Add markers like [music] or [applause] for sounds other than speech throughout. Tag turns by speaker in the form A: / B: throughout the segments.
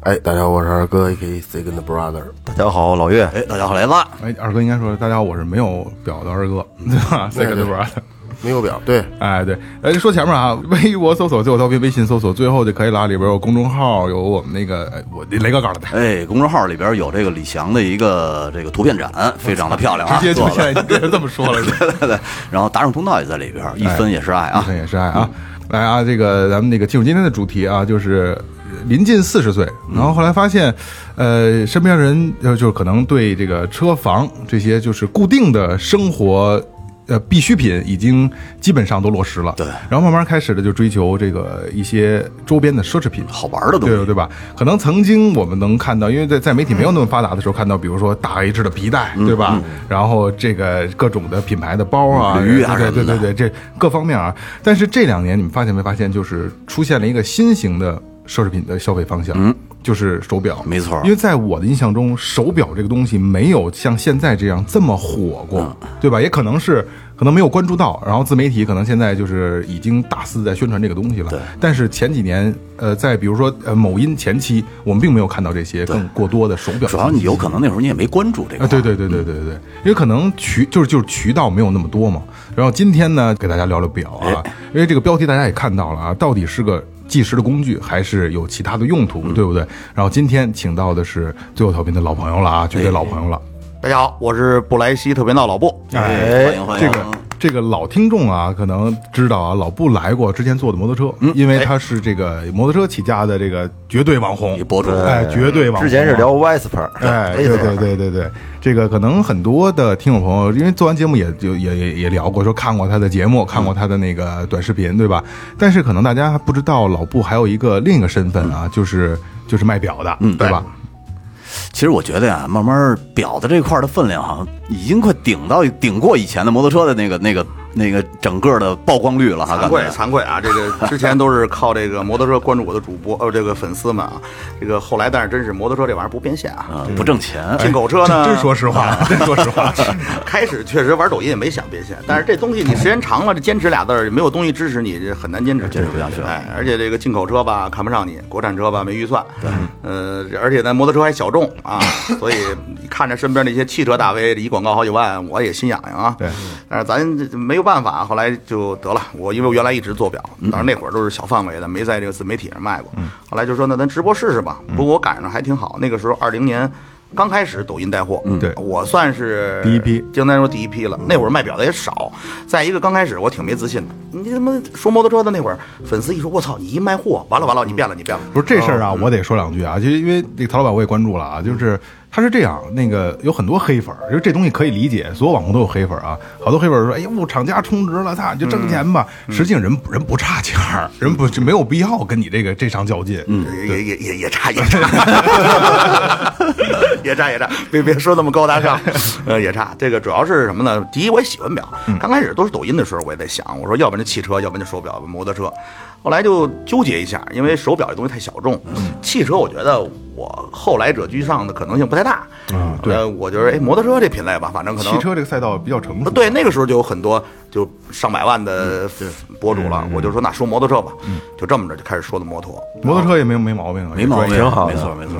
A: 哎，大家好，我是二哥，A.K. Second Brother。
B: 大家好，老岳。
C: 哎，大家好，来啦！
D: 哎，二哥应该说，大家好，我是没有表的二哥， [laughs] 对吧？Second brother。
A: 没有表，对，
D: 哎，对，哎，说前面啊， [laughs] 微博搜索最后调频，微信搜索最后就可以了。里边有公众号，有我们那个，哎、我雷哥告诉他，
C: 哎，公众号里边有这个李翔的一个这个图片展，非常的漂亮啊，
D: 直接就
C: 做
D: 现
C: 的。
D: 在 [laughs] 你跟人这么说了，
C: 对对对， [laughs] 然后打赏通道也在里边，一分也是爱啊
D: 这。也是爱啊。来啊，这个咱们那个进入今天的主题啊，就是临近四十岁，
C: 嗯
D: 然后后来发现，呃，身边人呃就是可能对这个车房这些就是固定的生活。呃，必需品已经基本上都落实了，
C: 对
D: 然后慢慢开始的就追求这个一些周边的奢侈品，
C: 好玩的东西
D: 对对吧？可能曾经我们能看到，因为在在媒体没有那么发达的时候，看到比如说大 H 的皮带，
C: 嗯
D: 对吧？然后这个各种的品牌的包啊，
C: 驴啊
D: 对
C: 什么
D: 对
C: 的
D: 对对对，这各方面啊。但是这两年你们发现没发现，就是出现了一个新型的奢侈品的消费方向，嗯，就是手表，
C: 没错
D: 因为在我的印象中，手表这个东西没有像现在这样这么火过，
C: 嗯
D: 对吧？也可能是可能没有关注到，然后自媒体可能现在就是已经大肆在宣传这个东西了。
C: 对
D: 但是前几年，呃，在比如说呃某音前期，我们并没有看到这些更过多的手表，
C: 主要你有可能那时候你也没关注这个，
D: 啊，对对对对对对对，因为可能渠就是就是渠道没有那么多嘛。然后今天呢，给大家聊聊表啊，因为这个标题大家也看到了啊，到底是个计时的工具，还是有其他的用途，对不对？然后今天请到的是最后调频的老朋友了啊，绝对老朋友了。
E: 大家好，我是布莱希特别闹老布。
C: 哎，欢迎欢
D: 这
C: 迎。
D: 个这个老听众啊，可能知道啊，老布来过，之前坐的摩托车，因为他是这个摩托车起家的这个绝对网红
C: 一博主
D: 哎，绝对网红
B: 之
D: 啊。
B: 前是聊 Vesper，
D: 哎，对对对对对，这个可能很多的听众朋友，因为做完节目也就也也也聊过，说看过他的节目，看过他的那个短视频，对吧？但是可能大家还不知道老布还有一个另一个身份啊，就是就是卖表的，对吧？
C: 其实我觉得呀、慢慢表的这块的分量好像已经快顶到顶过以前的摩托车的那个那个那个整个的曝光率了哈，
E: 惭
C: 感
E: 愧
C: 觉。
E: 惭愧啊，
C: [laughs]
E: 这个之前都是靠这个摩托车关注我的主播，呃，这个粉丝们啊，这个后来但是真是摩托车这玩意儿不变现啊，
C: 啊，不挣钱，
E: 进口车呢，
D: 真
E: [laughs]
D: 说实话，真说实话，
E: 开始确实玩抖音也没想变现，但是这东西你时间长了，这坚持俩字儿没有东西支持你，这很难坚持，坚持
C: 不下去了
E: 哎，而且这个进口车吧看不上你，国产车吧没预算，对，呃，而且呢摩托车还小众啊，所以看着身边那些汽车大 V 一广告好几万，我也心痒痒啊。
D: 对，
E: 但是咱这没有办法，后来就得了。我因为我原来一直做表，
D: 嗯
E: 当然那会儿都是小范围的，没在这个自媒体上卖过。后来就说那咱直播试试吧，
D: 嗯
E: 不过我赶上还挺好，那个时候二零年。刚开始抖音带货，
D: 嗯对
E: 我算是
D: 第一批
E: 应该说第一批了。那会儿卖表的也少，再一个刚开始我挺没自信的。你他妈说摩托车的那会儿，粉丝一说我操，你一卖货，完了完了，你变了，你变了。
D: 不是这事儿
E: 嗯
D: 啊，我得说两句啊，就因为这个曹老板我也关注了啊，就是他是这样，那个有很多黑粉儿，就是这东西可以理解，所有网红都有黑粉儿啊，好多黑粉儿说，哎呦，厂家充值了，他就挣钱吧，
E: 嗯
D: 实际上人人不差钱儿， [laughs] 人不就没有必要跟你这个这场较劲，嗯，
E: 也也也也也差也差， [laughs] 也差也差，别别说那么高大上，呃，也差。这个主要是什么呢？第一，我也喜欢表，
D: 嗯
E: 刚开始都是抖音的时候，我也在想，我说要不然就汽车，要不然就手表，要不然摩托车。后来就纠结一下，因为手表这东西太小众，
D: 嗯
E: 汽车我觉得我后来者居上的可能性不太大。
D: 啊对
E: 呃，我觉得哎，摩托车这品类吧，反正可能呃
D: 汽车这个赛道比较成熟，
E: 对，那个时候就有很多就上百万
D: 嗯
E: 的博主了，我就说那说摩托车吧，就这么着就开始说的摩托。
D: 摩托车也没有没毛病啊，
C: 没毛病，
B: 挺好的
C: 没错没错。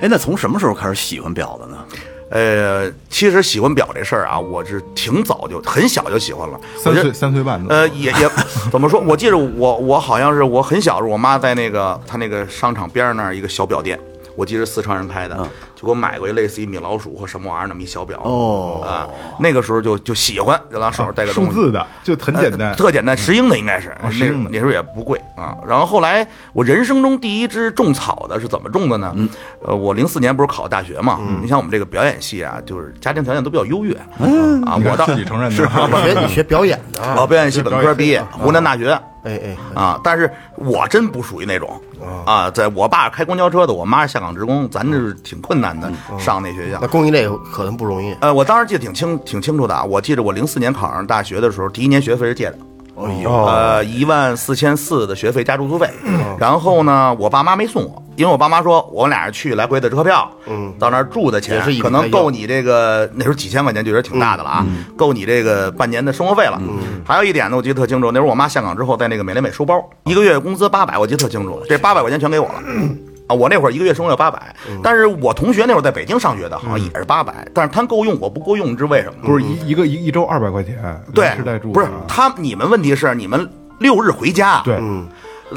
C: 哎，那从什么时候开始喜欢表的呢？
E: 呃，其实喜欢表这事儿啊，我是挺早就很小就喜欢了。我
D: 三
E: 觉
D: 岁
E: 得，
D: 三岁半的，
E: 呃，也 [laughs] 也怎么说？我记得我我好像是我很小时候，我妈在那个她那个商场边上那儿一个小表店，我记得是四川人开的，就给我买过一类似于米老鼠或什么玩意儿那么一小表。
C: 哦
E: 啊、那个时候就就喜欢，就拿手上戴个东
D: 数
E: 西。
D: 字的就很简单，嗯
E: 呃
D: 哦
E: 特简单，石英的应该是，那
D: 石英的
E: 那时候也不贵啊。然后后来我人生中第一支种草的是怎么种的呢？
D: 嗯
E: 呃，我零四年不是考大学嘛，你像我们这个表演系啊，就是家庭条件都比较优越啊。
D: 嗯你看
E: 我到
D: 自己承认的
E: 是
D: 啊嗯
A: 你学你学表演的啊，
E: 我表演系本科毕业
D: 表演系，
E: 湖南大学
A: 哎哎，
E: 啊，但是我真不属于那种，
D: 哦
E: 啊，在我爸开公交车的，我妈是下岗职工，咱这是
D: 嗯
E: 挺困难的，上那学校
A: 那。供应这可能不容易。
E: 呃，我当时记得挺清挺清楚的啊，我记得我零四年考上大学的时候，第一年学费是借的。
C: 哎
E: 呃，一万四千四的学费加住宿费，然后呢，我爸妈没送我，因为我爸妈说我们俩去来回的车票，嗯，到那儿住的钱
A: 也是一笔
E: 可
A: 开
E: 能
A: 销
E: 够你这个那时候几千块钱就觉得挺大的了啊，够你这个半年的生活费了。还有一点呢，我记得特清楚，那时候我妈下岗之后在那个美廉美收包，一个月工资八百，我记得特清楚，这八百块钱全给我了。啊，我那会儿一个月生活要八百，但是我同学那会儿在北京上学的，好像也是八百，但是他够用，我不够用，你知为什么吗？
D: 不是一一个一一周二百块钱，
E: 对
D: 连，吃带住
E: 不是
D: 啊
E: 他，嗯你们问题是你们六日回家，啊
D: 对，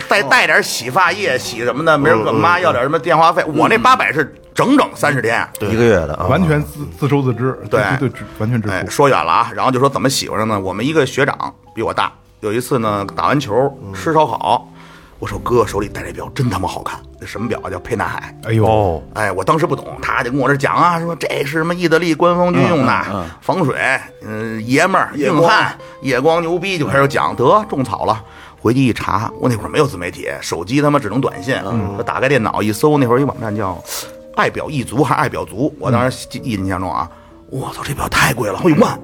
E: 再带点洗发液、洗什么的，没人管妈要点什么电话费。我那八百是整整三十天。
A: 对
F: 一个月的啊，
D: 完全自自收自支，
E: 对
D: 对对，完全支
E: 哎，
D: 付。
E: 说远了啊，然后就说怎么喜欢上呢？我们一个学长比我大，有一次呢打完球吃烧烤，我说哥手里戴这表真他妈好看，这什么表啊？叫沛纳海。
D: 哎呦，
E: 哎，我当时不懂，他就跟我这讲啊，说这是什么意大利官方军用的，防水，嗯、爷们儿，硬汉，夜光牛逼，就开始讲，得种草了。回去一查，我那会儿没有自媒体，手机他妈只能短信，我打开电脑一搜，那会儿一网站叫“爱表一族”还是“爱表族”，我当时印象中啊，我操，这表太贵了，好几万。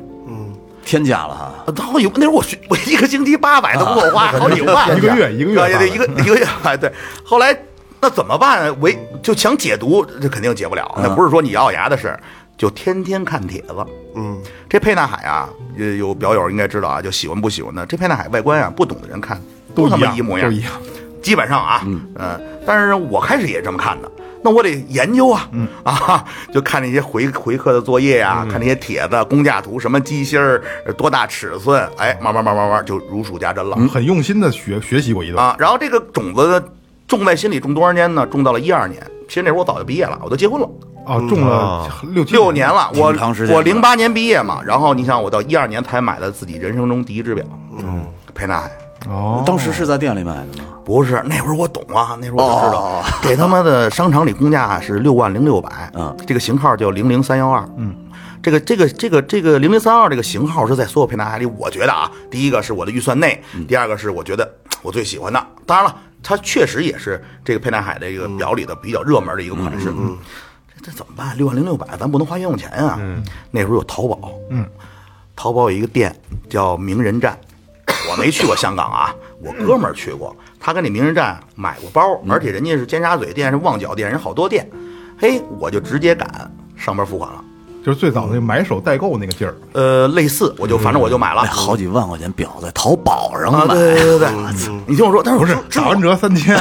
C: 天价了哈。
E: [laughs] 啊好几，那时候我学我一个星期八百都不够
D: 啊
E: 花，好几万，
D: 一个月一个月
E: 对对一
D: 800
E: 个一个月，哎对。后来那怎么办啊？为就想解毒，这肯定解不了，
D: 啊
E: 那不是说你咬咬牙的事儿，就天天看帖子。嗯，这沛纳海啊，也有表友应该知道啊，就喜欢不喜欢的。这沛纳海外观啊，不懂的人看
D: 都
E: 他
D: 一
E: 妈
D: 样，
E: 一模一样
D: 都一，样。
E: 基本上啊，嗯、但是我开始也这么看的，那我得研究啊，嗯、 [laughs] 啊，就看那些回回课的作业呀、
C: 嗯
E: 看那些帖子、工价图，什么机芯儿呃多大尺寸，哎，慢慢慢慢慢就如数家珍了、
C: 嗯
D: 很用心的学学习过一段，
E: 啊。然后这个种子种在心里种多少年呢？种到了一二年，其实那时候我早就毕业了，我都结婚了。
D: 啊，中了六七
E: 六年了，
C: 嗯
E: 我
C: 挺长时间
E: 我
C: 了
E: 零八年毕业嘛，然后你想我到一二年才买的自己人生中第一只表，嗯，沛纳海，
D: 哦，
C: 当时是在店里买的吗？
E: 不是，那会儿我懂啊，那会儿我就知道，给他妈的商场里工价是六万零六百，
C: 嗯，
E: 这个型号叫零零三幺二，嗯，这个这个这个这个零零三二这个型号是在所有沛纳海里，我觉得啊，第一个是我的预算内，第二个是我觉得我最喜欢的，当然了，它确实也是这个沛纳海的这个表里的比较热门的一个款式，嗯，这这怎么办？六万零六百，咱不能花冤枉钱啊，嗯，那时候有淘宝，嗯，淘宝有一个店叫名人站，我没去过香港啊，我哥们儿去过，他跟那名人站买过包，而且人家是尖沙咀店，是旺角店，人好多店，嘿，我就直接赶上班付款了。
D: 就是最早的买手代购那个劲儿，
E: 呃，类似，我就反正我就买了，
C: 哎，好几万块钱表在淘宝上
E: 啊，
C: 买，
E: 对对对对，你听我说，但是
D: 不
E: 不
D: 是打完折三千，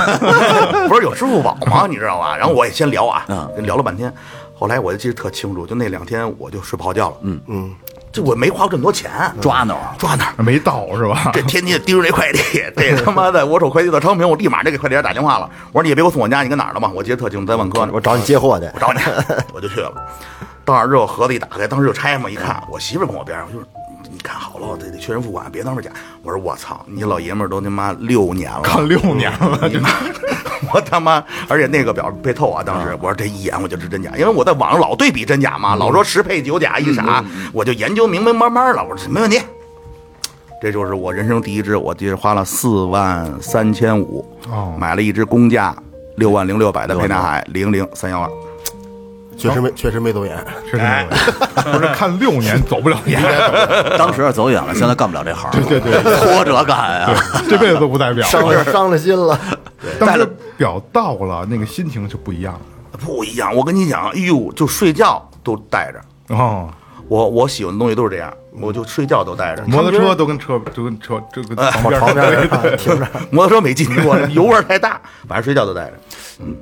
E: 不是有支付宝吗？你知道吧？然后我也先聊啊，聊了半天，后来我就记得特清楚，就那两天我就睡不好觉了，嗯嗯，这我没花这么多钱，
C: 抓挠。
E: 抓哪儿？
D: 没到是
E: [laughs]
D: 吧？
F: [laughs]
E: 这天天盯着那快递，这他妈的，我手快递到昌平，我立马就给快递员打电话了。我说你也别给我送我家，你搁哪儿了嘛？我记得特清楚，在万科呢。
F: 我找你接货去 [laughs]
E: 我。找你，我就去了。到那儿之后，盒子一打开，当时就拆嘛，一看我媳妇儿跟我边上，我就说你看好了，得得确认付款，别当面假。我说我操，你老爷们儿都他妈六年了，
D: 看六年了，
E: 你妈！ [laughs] 我他妈，而且那个表被透啊！当时我说这一眼我就知真假，因为我在网上老对比真假嘛，老说十配九假一傻，我就研究明明白白了。我说没问题，这就是我人生第一只，我记得花了四万三千五
D: 哦，
E: 买了一只公价六万零六百的沛纳海零零三幺二。
A: 确实没，确实没走眼。
D: 确实没有不是看六年走不了眼，
C: [laughs] 当时走远了，现在干不了这行。
D: 对对对，
C: [laughs] 拖着干啊呀。
D: 这辈子都不代表。
A: [laughs]
F: 伤了伤了心了，
D: 当时表到了，那个心情就不一样了。
E: 不一样，我跟你讲，哎呦，就睡觉都带着。
D: 哦，
E: 我我喜欢的东西都是这样，我就睡觉都带着。
D: 摩托车都跟车都跟车就跟旁
F: [laughs]
D: 边
F: 旁边
D: 对
F: 儿
D: 对
F: 啊停着，
E: [laughs] 摩托车没进去过，油味儿太大，晚上睡觉都带着。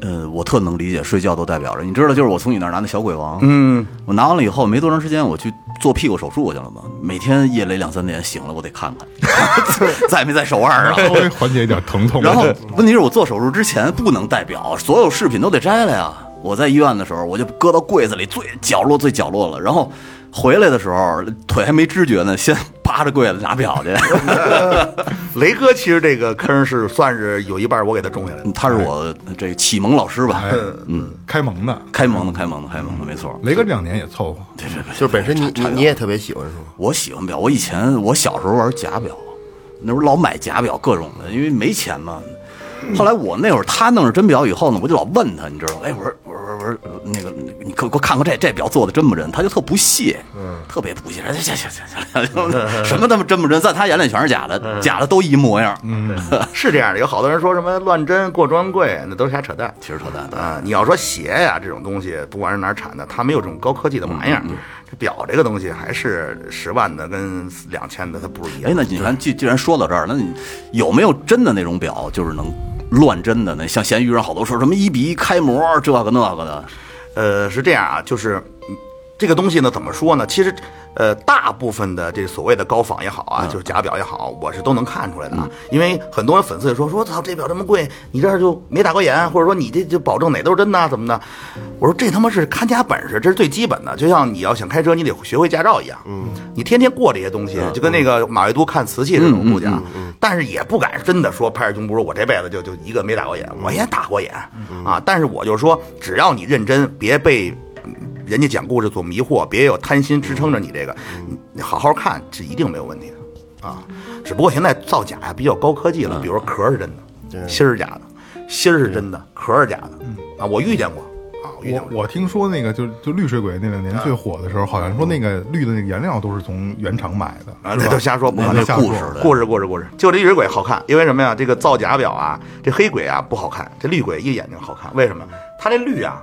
C: 呃，我特能理解睡觉都代表着，你知道，就是我从你那儿拿的小鬼王，嗯，我拿完了以后没多长时间，我去做屁股手术去了嘛，每天夜里两三点醒了，我得看看， [laughs]
D: [laughs]
C: 在没在手腕儿啊。
D: 稍微缓解一点疼痛。
C: 然后问题是我做手术之前不能戴表，所有饰品都得摘了呀。我在医院的时候，我就搁到柜子里最角落最角落了。然后回来的时候，腿还没知觉呢，先扒着柜子拿表去。 [laughs]
E: 雷哥其实这个坑是算是有一半我给他种下来的。
C: 他是我这个启蒙老师吧，
D: 哎，嗯，开蒙的，
C: 开蒙的，开蒙的，开蒙的，没错。
D: 雷哥这两年也凑合，
A: [laughs] 就是本身你你你也特别喜欢是吗？
C: 我喜欢表，我以前我小时候玩假表，那时候老买假表各种的，因为没钱嘛。后来我那会儿他弄着真表以后呢，我就老问他，你知道吗？哎，我说我说我说那个你给我给我看看这这表做的真不真？他就特不屑，特别不屑，哎行行行行，什么他妈真不真，在他眼里全是假的，假的都一模样，嗯，
E: 是这样的，有好多人说什么乱真过专柜，那都是瞎扯淡。
C: 其实扯淡的。
E: 啊，你要说鞋呀、这种东西，不管是哪儿产的，它没有这种高科技的玩意儿。这表这个东西还是十万的跟两千的它不是一样。
C: 哎，那你看，既既然说到这儿，那你有没有真的那种表，就是能乱真的那？像闲鱼上好多说什么一比一开模，这个那个的，
E: 呃，是这样啊，就是嗯这个东西呢，怎么说呢？其实，呃，大部分的这所谓的高仿也好啊，就是假表也好，我是都能看出来的啊。因为很多粉丝也说说，操，这表这么贵，你这儿就没打过眼，或者说你这就保证哪都是真的啊怎么的？我说这他妈是看家本事，这是最基本的。就像你要想开车，你得学会驾照一样。嗯，你天天过这些东西，就跟那个马未都看瓷器这种物件，但是也不敢真的说拍着胸脯说，我这辈子就就一个没打过眼，我也打过眼啊。但是我就说，只要你认真，别被人家讲故事所迷惑，别有贪心支撑着你这个，你好好看是一定没有问题的啊。只不过现在造假呀比较高科技了，比如说壳是真的，芯儿是假的，芯儿是真的，壳是假的啊，我遇见过啊，我遇见
D: 我
E: 过。
D: 我听说那个就就绿水鬼那两年最火的时候，好像说那个绿的那个颜料都是从原厂买的，
E: 啊，这都瞎说，不可
D: 那
E: 能
D: 那。
C: 故事的
E: 故事故事故事，就这绿水鬼好看，因为什么呀？这个造假表啊，这黑鬼啊不好看，这绿鬼一眼睛好看，为什么？它这绿啊，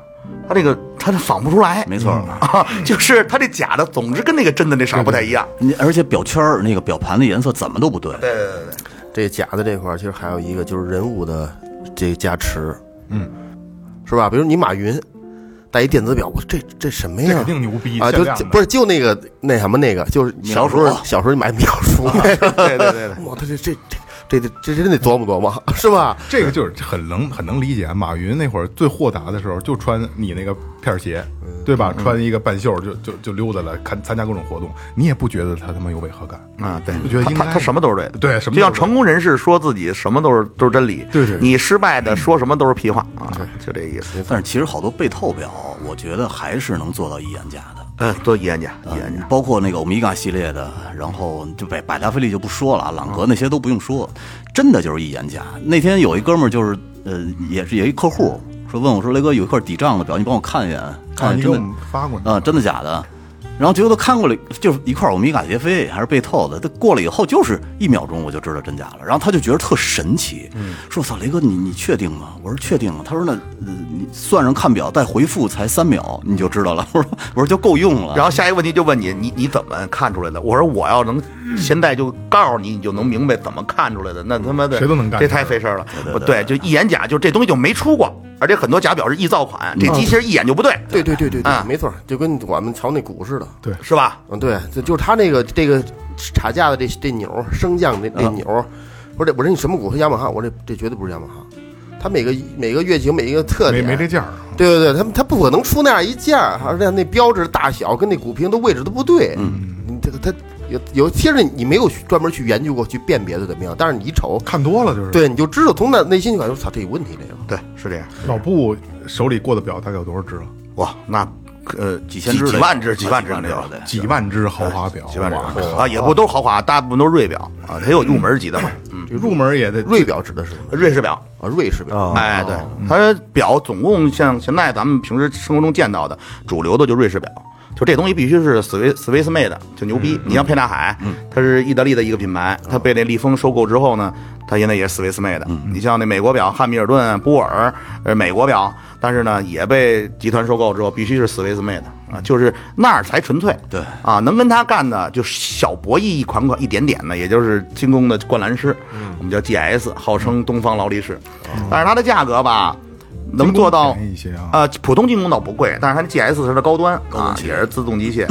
E: 它这个它这仿不出来，
C: 没错。
E: 啊，就是它这假的，总之跟那个真的那色不太一样。
C: 你而且表圈儿那个表盘的颜色怎么都不对，
E: 对对对对。
A: 这假的这块儿，其实还有一个就是人物的这个加持，嗯，是吧？比如你马云戴一电子表，我这这什么呀？
D: 这肯定牛逼
A: 啊！
D: 限
A: 就
D: 量的
A: 就不是就那个那什么那个，就是小时候
C: 秒叔
A: 小时候你买秒 [laughs] 叔，对
E: 对对对
A: 哇，他这这这这这这真得琢磨琢磨，是吧？
D: 这个就是很能很能理解。马云那会儿最豁达的时候，就穿你那个片儿鞋，对吧？穿一个半袖儿就就就溜达了，看参加各种活动，你也不觉得他他妈有违和感。
E: 啊，对，
D: 就觉得应
E: 他
D: 该
E: 他他什么都是对的，
D: 对什么都是
E: 就像成功人士说自己什么都是都是真理，
D: 对对对
E: 你失败的说什么都是屁话啊，就这意思。
C: 但是其实好多背透表，我觉得还是能做到一眼假的。
E: 嗯，多一言家，一言
C: 嗯
E: 家，
C: 包括那个欧米伽系列的，然后就百百达翡丽就不说了啊，朗格那些都不用说，真的就是一眼假。那天有一哥们儿就是，呃，也是有一客户说问我说，雷哥有一块底账的表，你帮我看一眼，看
D: 啊，
C: 看
D: 你给
C: 真
D: 我
C: 的
D: 们发过呢，
C: 啊、真的假的？然后结果都看过了，就是一块欧米伽杰飞还是被透的，他过了以后就是一秒钟我就知道真假了，然后他就觉得特神奇，
D: 嗯
C: 说：“我操，雷哥，你你确定吗？”我说：“确定啊。”他说：“那、呃、你算上看表带回复才三秒，你就知道了。”我说：“我说就够用了。”
E: 然后下一个问题就问你，你你怎么看出来的？我说我要能现在就告诉你，你就能明白怎么看出来的。那他妈的
D: 谁都能干
E: 这太费事儿了。
C: 对对
E: 我
C: 对
E: 对，就一眼假，就这东西就没出过，而且很多假表是臆造款，这机器人一眼就嗯不对，
A: 对对对对对
E: 啊，
A: 没错，就跟我们炒那股似的，
E: 是吧？
A: 嗯，对，就就是他那个这个差价的这这钮儿升降这这
E: 嗯
A: 钮儿，我这我说你什么股是雅马哈？我这这绝对不是雅马哈，它每个每个月型每一个特
D: 没
A: 点
D: 没这价儿。啊
A: 对对对，他他不可能出那样一件儿，而且那标志大小跟那股评的位置都不对。嗯，你这个他有有，其实你没有去专门去研究过去辨别的怎么样，但是你一瞅，
D: 看多了就是，
A: 对，你就知道从那内心就感觉，操，这有问题，这个
E: 对，是这样。
D: 老布手里过的表大概有多少只了？
E: 哇，那呃
C: 几千只
E: 几
C: 得
E: 万只
C: 有
E: 几万只
C: 啊
E: 没
C: 几
E: 有
C: 万。只
D: 几万只豪华表，
E: 几万
D: 哇
E: 人啊，也不都是豪华，大部分都是瑞表啊，它有入门级的嘛，嗯，
D: 这入门也得
A: 瑞表指的是什么
E: 瑞士表，
A: 啊？瑞士表啊，
E: 哎，对，它表总共像现在咱们平时生活中见到的主流的就瑞士表，就这东西必须是 Swiss Swiss made 的，就牛逼。你像沛纳海，它是意大利的一个品牌，它被那利丰收购之后呢，它现在也是 Swiss made 的。你像那美国表汉密尔顿、波尔，呃，美国表，但是呢也被集团收购之后，必须是 Swiss made 的。啊，就是那儿才纯粹，
C: 对
E: 啊，能跟他干的就小博弈一款款一点点的，也就是精工的灌篮师，
D: 嗯
E: 我们叫 GS，号称东方劳力士，但是它的价格吧，能做到
D: 哦便宜一些啊
E: 呃，普通精工倒不贵，但是它的 GS 是它高端啊，也是自动
D: [clears throat]
E: 机械。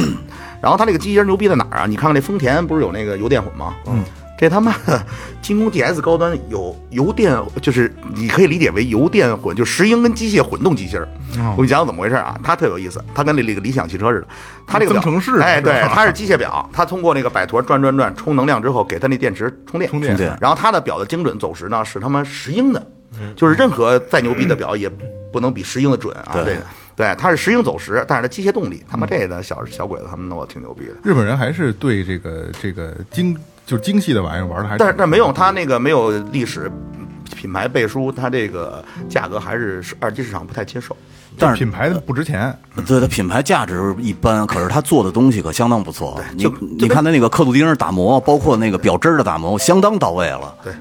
E: 然后它这个机器人牛逼在哪儿啊？你看看这丰田不是有那个油电混吗？嗯，这他妈的精工 GS 高端有油电，就是你可以理解为油电混，就石英跟机械混动机器人。
D: 哦
E: 我给你讲讲怎么回事啊？它特有意思，它跟那那个理想汽车似的，它这个表
D: 增程式啊
E: 哎，
D: 是吧
E: 对，它是机械表，它通过那个摆陀转转转充能量之后，给它那电池充电
D: 充电充电
E: 然后它的表的精准走时呢是他妈石英的，就是任何再牛逼的表也不能比石英的准啊。这个对，它是石英走时，但是它机械动力，他妈这个小小鬼子他们弄的挺牛逼的。
D: 日本人还是对这个这个精就是精细的玩意儿玩的还挺，
E: 但是但没有它那个没有历史品牌背书，它这个价格还是市二级市场不太接受。
C: 但是
D: 品牌不值钱，
C: 对它品牌价值一般，可是它做的东西可相当不错。你
E: 就
C: 你看它那个刻度钉打磨，包括那个表针的打磨，相当到位了，
E: 对，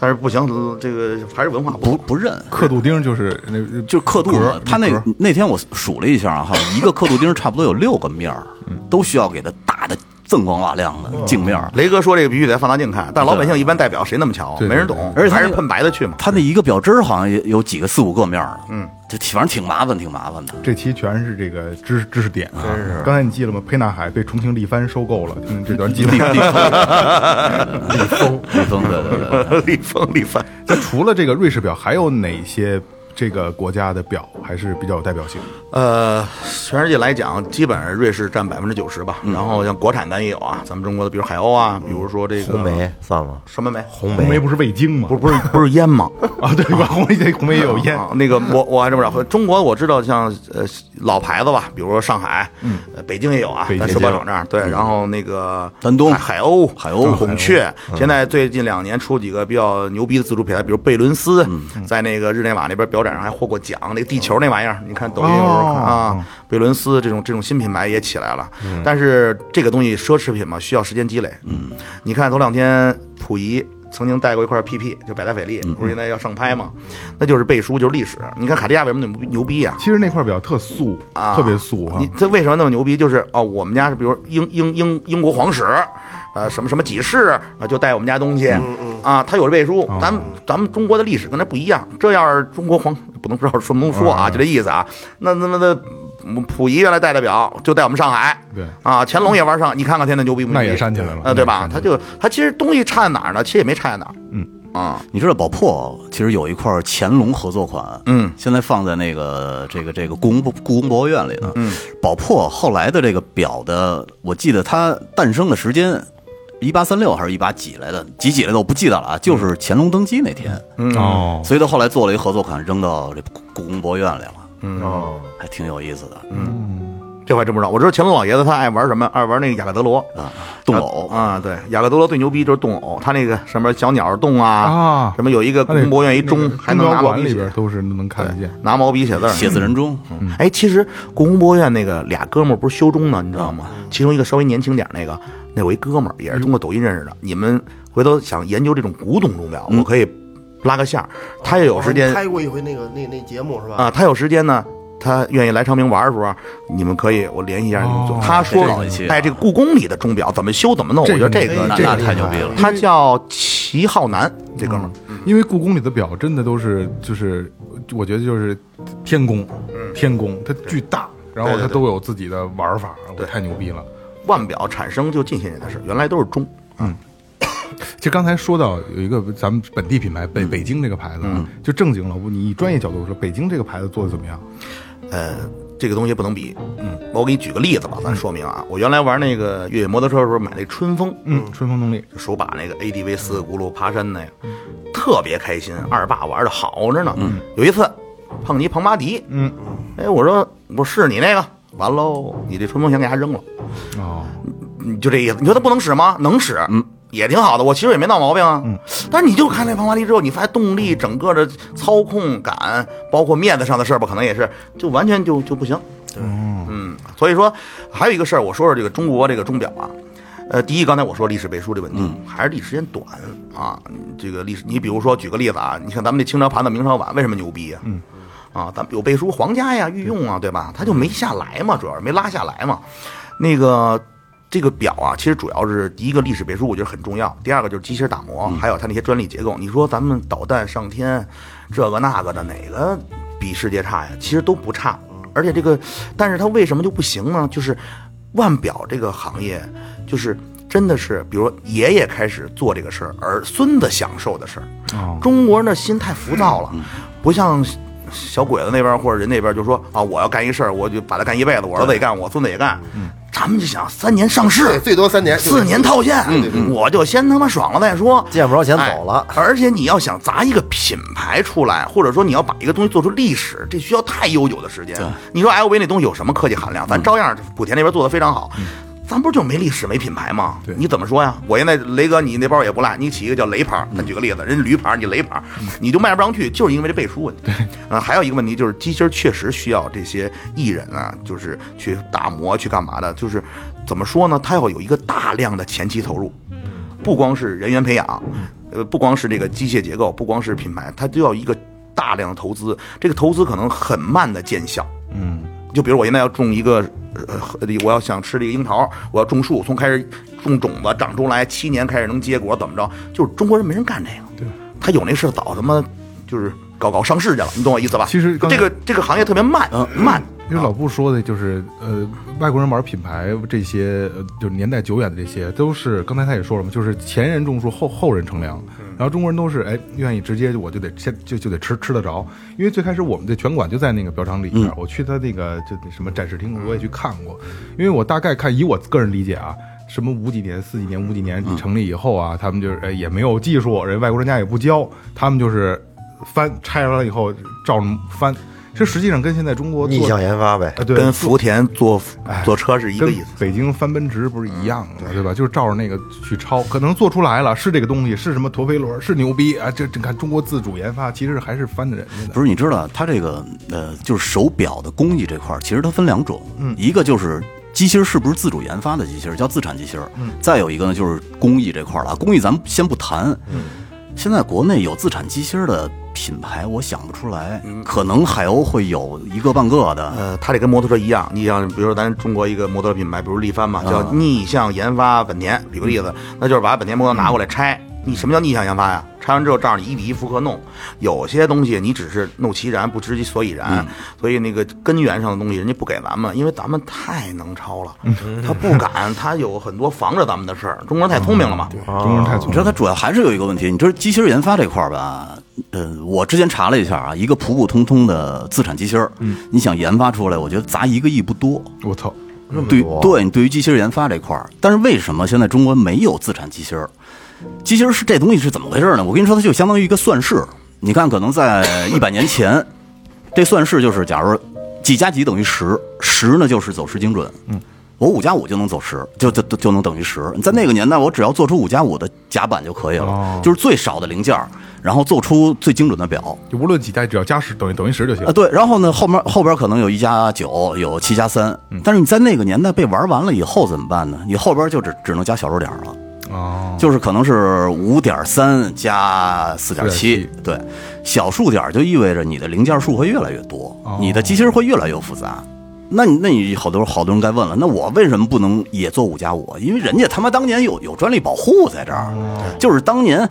E: 但是不行，嗯这个还是文化
C: 不
E: 不
C: 不认。
D: 刻度钉就是那
C: 就是刻度
D: 格
C: 嘛，它那
D: 格
C: 那天我数了一下啊哈，一个刻度钉差不多有六个面儿，都需要给它打的锃光瓦亮的镜面儿。
E: 雷哥说这个必须得放大镜看，但老百姓一般代表谁那么巧，
D: 对
E: 没人懂，
C: 对而且它
E: 还是
C: 那个
E: 喷白的去嘛。
C: 它那一个表针儿好像也有几个四五个面儿呢，嗯，就挺反正挺麻烦，挺麻烦的。
D: 这期全是这个知识知识点啊！刚才你记了吗？沛纳海被重庆力帆收购了，嗯，这段记得。 [laughs] 力
C: [laughs]
D: 风，
C: 对对对对。
E: 李峰、李帆，
D: 那除了这个瑞士表，还有哪些这个国家的表还是比较有代表性？
E: 呃，全世界来讲，基本上瑞士占百分之九十吧。然后像国产咱也有啊，咱们中国的，比如海鸥啊，比如说这个
A: 红梅算吗？
E: 什么梅，
A: 红
D: 红梅
A: 梅
D: 不是味精吗？
E: 不是不是不是烟吗？
D: 啊，对吧？红梅红梅也有烟，
E: 啊，那个我我还真不知道。中国我知道像呃老牌子吧，比如说上海，嗯，北京也有啊
D: 北，京
E: 在手表厂这儿对，然后那个
C: 丹东
E: 海海鸥、嗯
C: 海鸥
E: 孔雀，现在最近两年出几个比较牛逼的自主品牌，比如贝伦斯，
C: 嗯
E: 在那个日内瓦那边表展上还获过奖，那个地球那玩意儿，你看抖音有时候看
D: 哦
E: 啊，贝伦斯这种这种新品牌也起来了，但是这个东西奢侈品嘛，需要时间积累。嗯，你看头两天溥仪曾经带过一块 PP，就百达翡丽，不是现在要上拍吗？那就是背书，就是历史。你看卡地亚为什么那么牛逼啊？
D: 其实那块表特素，
E: 啊，
D: 特别素哈
E: 你。这为什么那么牛逼？就是哦，我们家是比如英英英英国皇室，呃，什么什么几世啊、就带我们家东
D: 嗯
E: 西，啊，他有这背书。
D: 哦
E: 咱们咱们中国的历史跟他不一样，这要是中国皇不能说说不能说
D: 哦
E: 啊，就这意思啊。那那那那。嗯溥仪原来带的表就带我们上海，
D: 对
E: 啊，乾隆也玩上，你看看现在牛逼不牛
D: 那
E: 逼？
D: 也煽起来了
E: 啊，对
D: 那也
E: 吧？
D: 煽起
E: 他就他其实东西差在哪儿呢？其实也没差在哪儿，嗯啊，
C: 你知道宝珀其实有一块乾隆合作款，
E: 嗯，
C: 现在放在那个这个这个故宫故宫博物院里呢。嗯，宝珀后来的这个表的，我记得它诞生的时间，一八三六还是一八几来的，几几来的我不记得了啊，就是乾隆登基那天，
D: 哦，
C: 所以他后来做了一合作款，扔到这故故宫博物院里了，
A: 哦，
C: 还挺有意思的。
E: 这我还真不知道。我知道乾隆老爷子他爱玩什么，爱玩那个雅克德罗，
C: 啊，动偶
E: 啊，对，雅各多罗最牛逼就是动偶，他那个什么小鸟洞啊，
D: 啊
E: 什么有一个
D: 它那
E: 宫博院一钟，还能拿
D: 中
E: 毛
D: 国馆
E: 笔
D: 里
E: 写
D: 边，都是能看得见。
E: 拿毛笔写字儿。
C: 写字人中，
E: 哎，其实故宫博物院那个俩哥们儿不是修钟呢，你知道
D: 啊
E: 吗？其中一个稍微年轻点儿那个，那我一哥们儿也是通过抖音认识的。你们回头想研究这种古董钟
C: 嗯
E: 表，我可以拉个线儿。
D: 哦
E: 他要有时间
A: 拍过一回那个那那节目是吧？
E: 啊，他有时间呢。他愿意来长平玩儿的时候，你们可以我联系一下你们组。
D: 哦
E: 他说
C: 这个期，啊
E: 哎，这个故宫里的钟表怎么修怎么弄，我觉得这
D: 这
F: 哎
E: 个
D: 个
C: 那
D: 这
C: 那
D: 个
C: 太牛逼了。
E: 他叫齐浩南，这哥们儿。
D: 嗯因为故宫里的表真的都是就是，我觉得就是天宫，
E: 嗯
D: 天宫它巨大，然后它都有自己的玩法，我太牛逼了。
E: 腕表产生就近些年的事，原来都是钟。
D: 其实刚才说到有一个咱们本地品牌
E: 嗯
D: 北北京这个牌子，啊，就正经了，你以专业角度说，北京这个牌子做的怎么样？
E: 呃，这个东西不能比。嗯，我给你举个例子吧，咱说明啊，我原来玩那个越野摩托车的时候买那春风，
D: 嗯，春风动力
E: 手把那个 ADV 四个轱辘爬山那个，特别开心。二爸玩的好着呢。嗯，有一次碰见一庞巴迪，嗯，哎，我说我试你那个，完喽，你这春风想给它扔了。
D: 哦，
E: 你就这意思。你说它不能使吗？能使，嗯，也挺好的。我其实也没闹毛病啊。嗯，但是你就看那庞巴迪之后，你发现动力整个的操控感，包括面子上的事儿吧，可能也是就完全就就不行。嗯，所以说还有一个事儿，我说说这个中国这个钟表啊。呃，第一，刚才我说历史背书这问题，还是历史时间短啊。这个历史，你比如说举个例子啊，你看咱们这清朝盘子、明朝碗为什么牛逼啊？嗯，啊，咱们有背书，皇家呀、御用啊，对吧？它就没下来嘛，主要是没拉下来嘛。那个这个表啊，其实主要是第一个历史背书，我觉得很重要；第二个就是机芯打磨，还有它那些专利结构。你说咱们导弹上天，这个那个的，哪个比世界差呀？其实都不差。而且这个，但是它为什么就不行呢？就是腕表这个行业，就是真的是，比如说爷爷开始做这个事儿，而孙子享受的事儿。中国人的心太浮躁
A: 嗯
E: 了，不像。小鬼子那边或者人那边就说啊，我要干一事儿，我就把它干一辈子，我儿子也干，我孙子也干。咱们就想三年上
A: 嗯对，
E: 市，
A: 最多三年，
E: 四年套现，我就先他妈爽了再说，
A: 见不着钱
E: 哎
A: 走了
E: 而且你要想砸一个品牌出来，或者说你要把一个东西做出历史，这
A: 嗯
E: 需要太悠久的时间。你说 LV 那东西有什么科技含量？咱照样，莆田那边做的非常好。咱不是就没历史没品牌吗？
D: 对
E: 你怎么说呀？我现在雷哥，你那包也不赖，你起一个叫雷牌儿，
A: 嗯
E: 咱举个例子，人家驴牌儿，你雷牌儿，你就卖不上去，就是因为这背书问题。对，呃，还有一个问题就是，机芯儿确实需要这些艺人啊，就是去打磨去干嘛的，就是怎么说呢？他要有一个大量的前期投入，不光是人员培养，呃，不光是这个机械结构，不光是品牌，它都要一个大量的投资。这个投资可能很慢的见效。
D: 嗯，
E: 就比如我现在要种一个，呃，我要想吃这个樱桃，我要种树，从开始种种子长出来，七年开始能结果，怎么着？就是中国人没人干这个，对，他有那事儿早他妈就是搞搞上市去了，你懂我意思吧？
D: 其实刚才
E: 这个这个行业特别慢，
F: 嗯
E: 慢。
D: 因为老布说的就是，呃，外国人玩品牌这些，呃就是年代久远的这些，都是刚才他也说了嘛，就是前人种树，后后人乘凉。然后中国人都是，哎，愿意直接我就得先就就得吃吃得着，因为最开始我们的拳馆就在那个表厂里
F: 嗯
D: 边，我去他那个就那什么展示厅，我也去看过，因为我大概看以我个人理解啊。什么五几年、四几年、五几年
F: 嗯
D: 成立以后啊，他们就是哎也没有技术，人外国专家也不教，他们就是翻拆完了以后照着翻，这实际上跟现在中国做
F: 逆向研发呗
D: 啊，。对，哎
E: 跟福田坐坐车是一个
D: 跟
E: 意思。
D: 北京翻奔驰不是一样的，对吧？就是照着那个去抄，可能做出来了是这个东西，是什么陀飞轮，是牛逼啊！这这看中国自主研发，其实还是翻的人家的。
C: 不是，你知道它这个呃，就是手表的工艺这块儿，其实它分两种，嗯，一个就是机芯儿是不是自主研发的机芯儿，叫自产机芯儿，嗯，再有一个呢就是工艺这块儿了，工艺咱们先不谈，嗯，现在国内有自产机芯儿的品牌，我想不出来，可能海鸥会有一个半个的，
E: 呃，它这跟摩托车一样，你像比如说咱中国一个摩托品牌，比如力帆嘛，叫逆向研发本田。举个例子，那就是把本田摩托拿过来拆。你什么叫逆向研发呀？拆完之后照着你一比一复刻弄，有些东西你只是弄其然不知其所以然，所以那个根源上的东西人家不给咱们，因为咱们太能抄了，他不敢，他有很多防着咱们的事儿。中国人太聪明了嘛，
D: 中国人太聪
C: 你
D: 明
C: 知道它
D: 了，
C: 主要还是有一个问题，你知道机芯儿研发这块儿吧？呃，我之前查了一下啊，一个普普通通的自产机芯儿，你想研发出来，我觉得砸一个亿不多。
D: 我操！
C: 对对，你对于机芯儿研发这块儿，但是为什么现在中国没有自产机芯儿？机芯儿是这东西是怎么回事呢？我跟你说，它就相当于一个算式。你看，可能在一百年前，这算式就是，假如几加几等于十，十呢就是走十精准。嗯，我五加五就能走十，就就就就能等于十。在那个年代，我只要做出五加五的甲板就可以了，
D: 哦
C: 就是最少的零件儿，然后做出最精准的表。
D: 就无论几代，只要加十等于等于十就行
C: 啊，。对，然后呢，后面后边可能有一加九，有七加三，但是你在那个年代被玩完了以后怎么办呢？你后边就只只能加小数点了，
D: 哦，
C: 就是可能是五点三加四点七，
D: 4.7
C: 对，小数点就意味着你的零件数会越来越多，
D: 哦
C: 你的机芯会越来越复杂。那你那你好多好多人该问了，那我为什么不能也做五加五？因为人家他妈当年有有专利保护在这儿，
D: 哦
C: 就是当年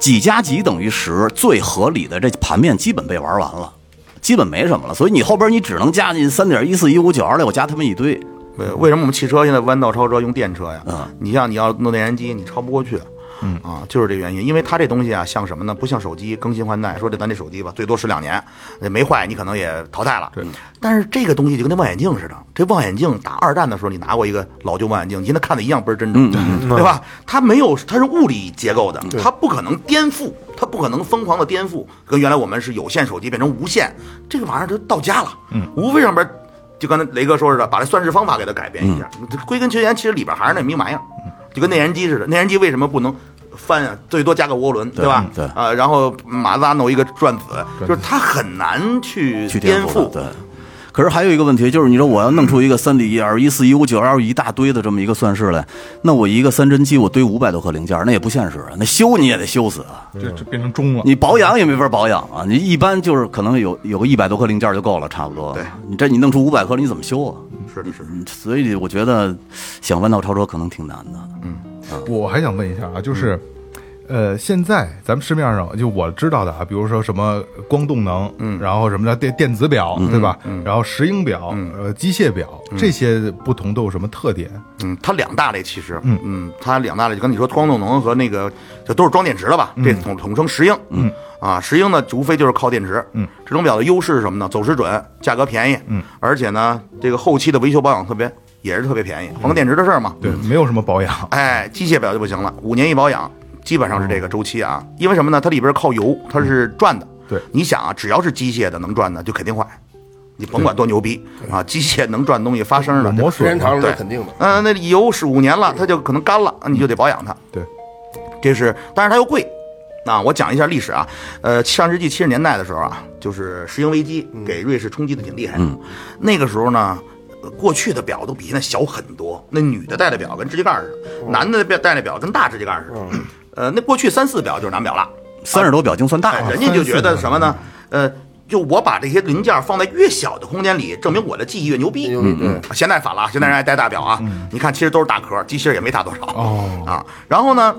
C: 几加几等于十，最合理的这盘面基本被玩完了，基本没什么了。所以你后边你只能加进三点一四一五九二六，加他们一堆。
E: 对，呃为什么我们汽车现在弯道超车用电车呀？你像你要弄内燃机，你超不过去。嗯啊，就是这原因，因为它这东西啊，像什么呢？不像手机更新换代，说这咱这手机吧，最多使两年，那没坏你可能也淘汰了。对，但是这个东西就跟那望远镜似的，这望远镜打二战的时候，你拿过一个老旧望远镜，你现在看的一样倍儿真诚，对吧？它没有，它是物理结构的，它不可能颠覆，它不可能疯狂的颠覆，跟原来我们是有线手机变成无线，这个玩意儿就到家了，嗯，无非上边。就刚才雷哥说似的，把这算式方法给它改变一下。这归根结源，其实里边还是那迷玩意儿，就跟内燃机似的。内燃机为什么不能翻啊？最多加个涡轮，对吧？
C: 对
E: 啊、然后马自达弄一个转子，就是它很难去
C: 去
E: 颠
C: 颠
E: 覆。
C: 对。可是还有一个问题，就是你说我要弄出一个三 D 一二一四一五九二一大堆的这么一个算式来，那我一个三针机我堆五百多颗零件儿，那也不现实啊。那修你也得修死
E: 哦
C: 啊，
D: 这这变成中了。
C: 你保养也没法保养啊。你一般就是可能有有个一百多颗零件儿就够了，差不多。
E: 对
C: 你这你弄出五百颗，你怎么修啊？
E: 是的，是的。
C: 所以我觉得想弯道超车可能挺难的。
D: 我还想问一下啊，就是，呃，现在咱们市面上就我知道的啊，比如说什么光动能，嗯，然后什么的电电子表，对吧？然后石英表，呃，机械表，这些不同都有什么特点？
E: 嗯，它两大类其实，嗯它两大类就跟你说光动能和那个，这都是装电池的吧？这统统称石英，嗯，啊，石英呢无非就是靠电池，嗯，这种表的优势是什么呢？走时准，价格便宜，嗯，而且呢，这个后期的维修保养特别也是特别便宜，换个电池的事儿嘛，
D: 对，没有什么保养。
E: 哎，机械表就不行了，五年一保养，基本上是这个周期啊。因为嗯什么呢？它里边靠油，它是转的。
D: 对
E: 你想啊，只要是机械的能转的，就肯定坏。你甭管多牛逼啊，机械能转东西发声的，
D: 磨
E: 对
A: 时
D: 损
A: 间长
D: 了，
A: 了
E: 对
A: 是肯定的。
E: 嗯、那里油使五年了，它就可能干了，你就得保养它。
D: 对，
E: 这是，但是它又贵。啊，我讲一下历史啊，呃，上世纪七十年代的时候啊，就是石英危机给瑞士冲击的挺厉害的。那个时候呢，呃过去的表都比现在小很多，那女的戴的表跟指甲盖儿似的，男的戴戴的表跟大指甲盖儿似的。呃，那过去三四表就是男表了，
C: 三十多表经算大
E: 哎
C: 了
E: 人。家就觉得什么呢？呃，就我把这些零件放在越小的空间里，证明我的技艺越牛逼。
A: 牛逼对
E: 现在反了，啊，现在人爱戴大表啊，你看其实都是大壳，机芯儿也没大多少
D: 哦
E: 啊。然后呢，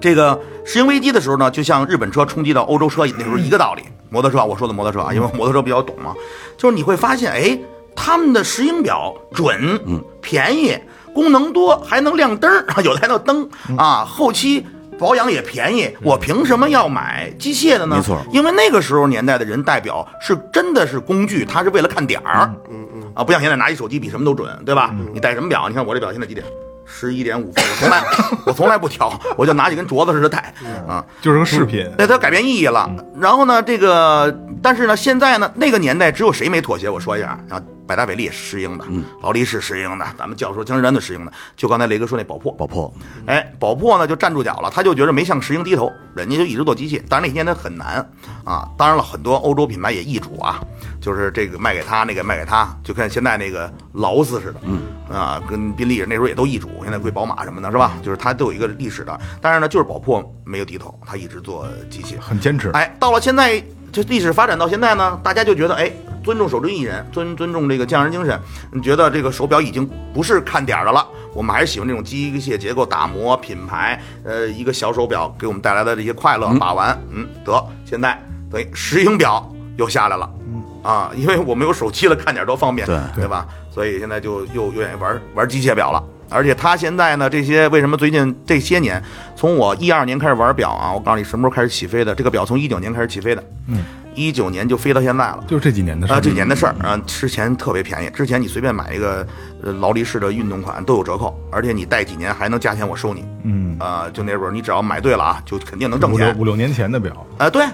E: 这个石英危机的时候呢，就像日本车冲击到欧洲车那时候一个道理。摩托车，我说的摩托车啊，因为摩托车比较懂嘛，就是你会发现，哎，他们的石英表准，嗯，便宜，功能多，还能亮灯儿， [laughs] 有的还能灯啊，后期。保养也便宜，我凭什么要买机械的呢？
C: 没错
E: 因为那个时候年代的人代表是真的是工具，他是为了看点儿，嗯嗯啊，不像现在拿一手机比什么都准，对吧？你戴什么表？你看我这表现在几点？十一点五分，我从来我从来不调，我就拿起跟镯子似的戴啊。
D: 就是个饰品，
E: 那它改变意义了。然后呢，这个但是呢，现在呢，那个年代只有谁没妥协？我说一下啊，百达翡丽是石英的，劳力士石英的，咱们教授江诗丹的石英的，就刚才雷哥说那宝珀，
C: 宝珀，
E: 哎，宝珀呢就站住脚了，他就觉得没向石英低头，人家就一直做机械。当然那些年他很难啊，当然了很多欧洲品牌也易主啊，就是这个卖给他，那个卖给他，就跟现在那个劳斯似的，嗯啊，跟宾利那时候也都易主，现在归宝马什么的，是吧？就是它都有一个历史的，但是呢，就是宝珀没有低头，他一直做机械。
D: 很坚持。
E: 哎，到了现在，这历史发展到现在呢，大家就觉得哎，尊重守真艺人，尊尊重这个匠人精神。你觉得这个手表已经不是看点儿的了，我们还是喜欢这种机械结构打磨、品牌，呃，一个小手表给我们带来的这些快乐、把玩。嗯，得，现在等于石英表又下来了。
D: 嗯
E: 啊，因为我们有手机了，看点儿多方便，
C: 对
E: 吧？所以现在就又又愿意玩玩机械表了。而且他现在呢，这些为什么最近这些年，从我一二年开始玩表啊，我告诉你什么时候开始起飞的？这个表从一九年开始起飞的，嗯，一九年就飞到现在了。
D: 就是这几年的事
E: 啊，
D: 儿，
E: 这年的事儿啊，之前特别便宜，之前你随便买一个呃劳力士的运动款都有折扣，而且你戴几年还能加钱我收你，嗯，啊，就那时候你只要买对了啊，就肯定能挣
D: 五六
E: 钱，
D: 五六年前的表，
E: 啊，对，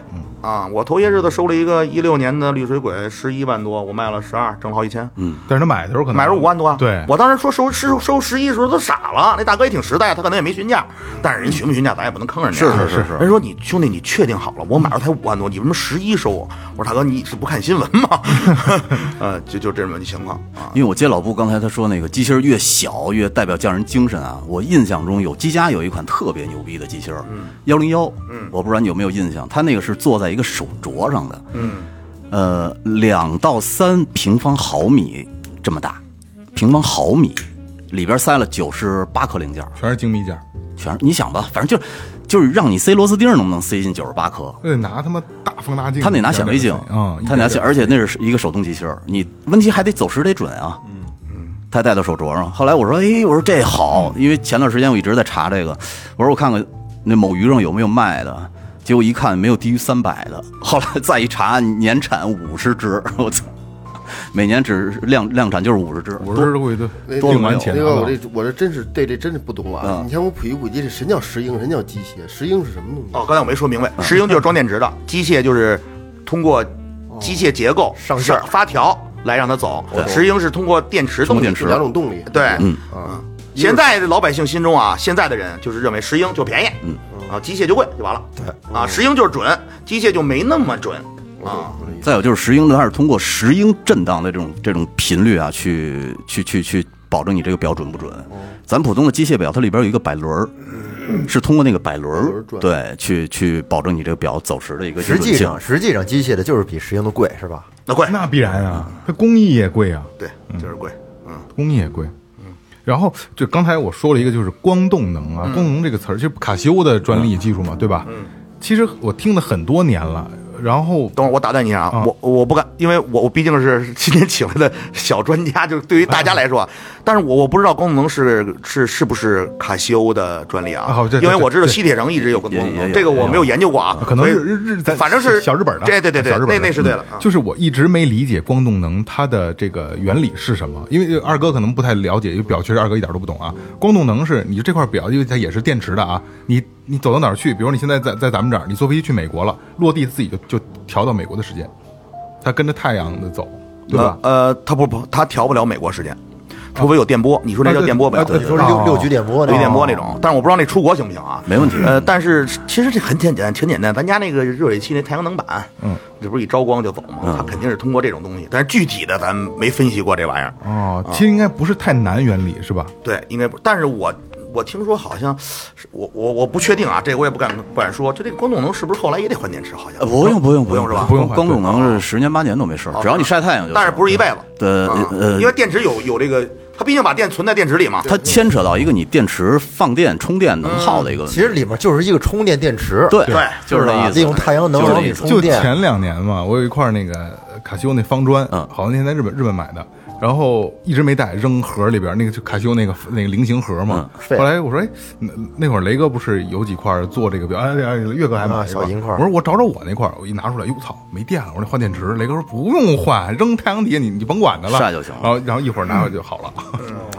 E: 啊，我头些日子收了一个一六年的绿水鬼，十一万多，我卖了十二，挣了好几千，嗯，
D: 但是他买的时候可能
E: 买入五万多啊。
D: 对，
E: 我当时说收收收十一的时候都傻了，那大哥也挺实在，他可能也没询价，但是人询不询价咱也不能坑人家。啊
C: 是是是是
E: 人说你兄弟你确定好了，我买着才五万多，你为什么十一收我？我说大哥你是不看新闻吗？ [laughs] 呃，就就这么一情况啊。
C: 因为我接老布刚才他说那个机芯儿越小越代表匠人精神啊，我印象中有机家有一款特别牛逼的机芯儿，幺零幺，我不知道你有没有印象，它那个是坐在一个手镯上的，嗯，呃，两到三平方毫米这么大，平方毫米里边塞了九十八颗零件儿，
D: 全是精密件儿，
C: 全是你想吧，反正就是就是让你塞螺丝钉儿能不能塞进九十八颗，
D: 那得拿他妈大放大镜，
C: 他得拿显微镜
D: 啊，
C: 他拿显，
D: 一点点
C: 而且那是一个手动机芯儿，你问题还得走时得准啊。嗯他戴到手镯上，后来我说，哎，我说这好，因为前段时间我一直在查这个，我说我看看那某鱼上有没有卖的，结果一看没有低于三百的，后来再一查，年产五十只，我操，每年只是量量产就是五十只，
D: 我是会的，
A: 那
D: 定完
A: 那
D: 钱拿啊
A: 个我
D: 到。
A: 这我这真是对这真是不懂啊！你像我普及普及，这什么叫石英，什么叫机械？石英是什么东西？
E: 哦，刚才我没说明白，石英就是装电池的，机械就是通过机械结构
A: 上
E: 是
A: 线儿
E: 发条来让它走，
A: 对
E: 石英是通过电池
C: 通
E: 动
C: 过
E: 力
C: 电池
A: 有两种动力。
E: 对，
A: 啊，
E: 现在的老百姓心中啊，现在的人就是认为石英就便宜，嗯啊，机械就贵就完了，对啊，石英就是准，机械就没那么准
D: 嗯
E: 啊。
C: 再有就是石英的，它是通过石英震荡的这种这种频率啊，去去去去保证你这个表准不准。咱普通的机械表，它里边有一个摆轮儿，是通过那个摆轮
A: 摆轮
C: 儿
A: 儿转
C: 对去去保证你这个表走时的一个
F: 实
C: 精
F: 际
C: 准性
F: 上，实际上机械的就是比石英的贵，是吧？
E: 那贵，
D: 那必然啊，它工艺也贵啊，
E: 对，就是贵，
D: 工艺也贵。
A: 嗯
D: 然后就刚才我说了一个，就是光动能啊，光动能这个词儿，就是卡西欧的专利技术嘛，对吧？嗯，其实我听了很多年了，然后
E: 等会儿我打断你一下
D: 嗯
E: 啊，我我不敢，因为我我毕竟是 [laughs] 今天请来的小专家，就是对于大家来说啊，
D: 嗯
E: 但是我我不知道光子能是是是不是卡西欧的专利啊
D: 啊好这，
E: 因为
D: 这
E: 我知道
D: 这
E: 西铁城一直有个光子
C: 也也
E: 能，
C: 有
E: 这个我没有研究过啊，
D: 可能是
E: 所以
D: 日日咱
E: 反正是
D: 小日本的，
E: 对对对对
D: 小日本的嗯
E: 那那是对了啊
D: 就是我一直没理解光动能它的这个原理是什么，因为二哥可能不太了解，因为表确实二哥一点都不懂啊。光动能是你这块表，因为它也是电池的啊，你你走到哪儿去，比如你现在在在咱们这儿，你坐飞机去美国了，落地自己就就调到美国的时间，它跟着太阳的走。对吧？
E: 呃，呃它不不，它调不了美国时间，除非有电波。你说那
D: 啊
E: 叫
D: 对
E: 电波吧？
D: 啊对
F: 就是
D: 哦
F: 六六局点播那
E: 有
F: 个
E: 电波那种，但是我不知道那出国行不行啊？
C: 没问题
E: 呃，但是其实这很简单，挺简单。咱家那个热水器那太阳能板，嗯，这不是一招光就走吗？它肯定是通过这种东西，但是具体的咱没分析过这玩意儿。
D: 哦，其实应该不是太难原理是吧？
E: 对，应该不。但是我我听说好像，是我我我不确定啊，这个我也不敢不敢说。就这个光动能是不是后来也得换电池？好像
C: 呃，不用不用
E: 不用是吧？
D: 不用换
C: 光动能是十年八年都没事儿，只要你晒太阳就行。
E: 但是不是一辈子？
C: 呃
E: 啊
C: 呃，
E: 因为电池有有这个，它毕竟把电存在电池里嘛。
C: 它牵扯到一个你电池放电、充电能耗的一个问
F: 其
C: 题。
F: 实里面就是一个充电电池，
C: 对
E: 对
C: 就是
F: 吧
C: 那意思。
F: 利用太阳能
C: 就是
F: 往
C: 这
F: 里
C: 意思
F: 充
D: 就
F: 电，
D: 前两年嘛，我有一块那个呃卡西欧那方砖，
C: 嗯
D: 好像那天在日本日本买的，然后一直没带，扔盒里边那个就卡西欧那个那个菱形盒嘛。
C: 嗯
F: 对
D: 后来我说，哎，那那会儿雷哥不是有几块做这个表，哎哎，岳哥还买
F: 啊
D: 一
F: 小银块
D: 我说我找找我那块儿，我一拿出来，哟操，没电了，我说换电池。雷哥说不用换，扔太阳底下你你甭管
C: [laughs]
D: 它了，
C: 晒就行了
D: 然后然后一会儿拿回去就好
C: [laughs]
D: 了。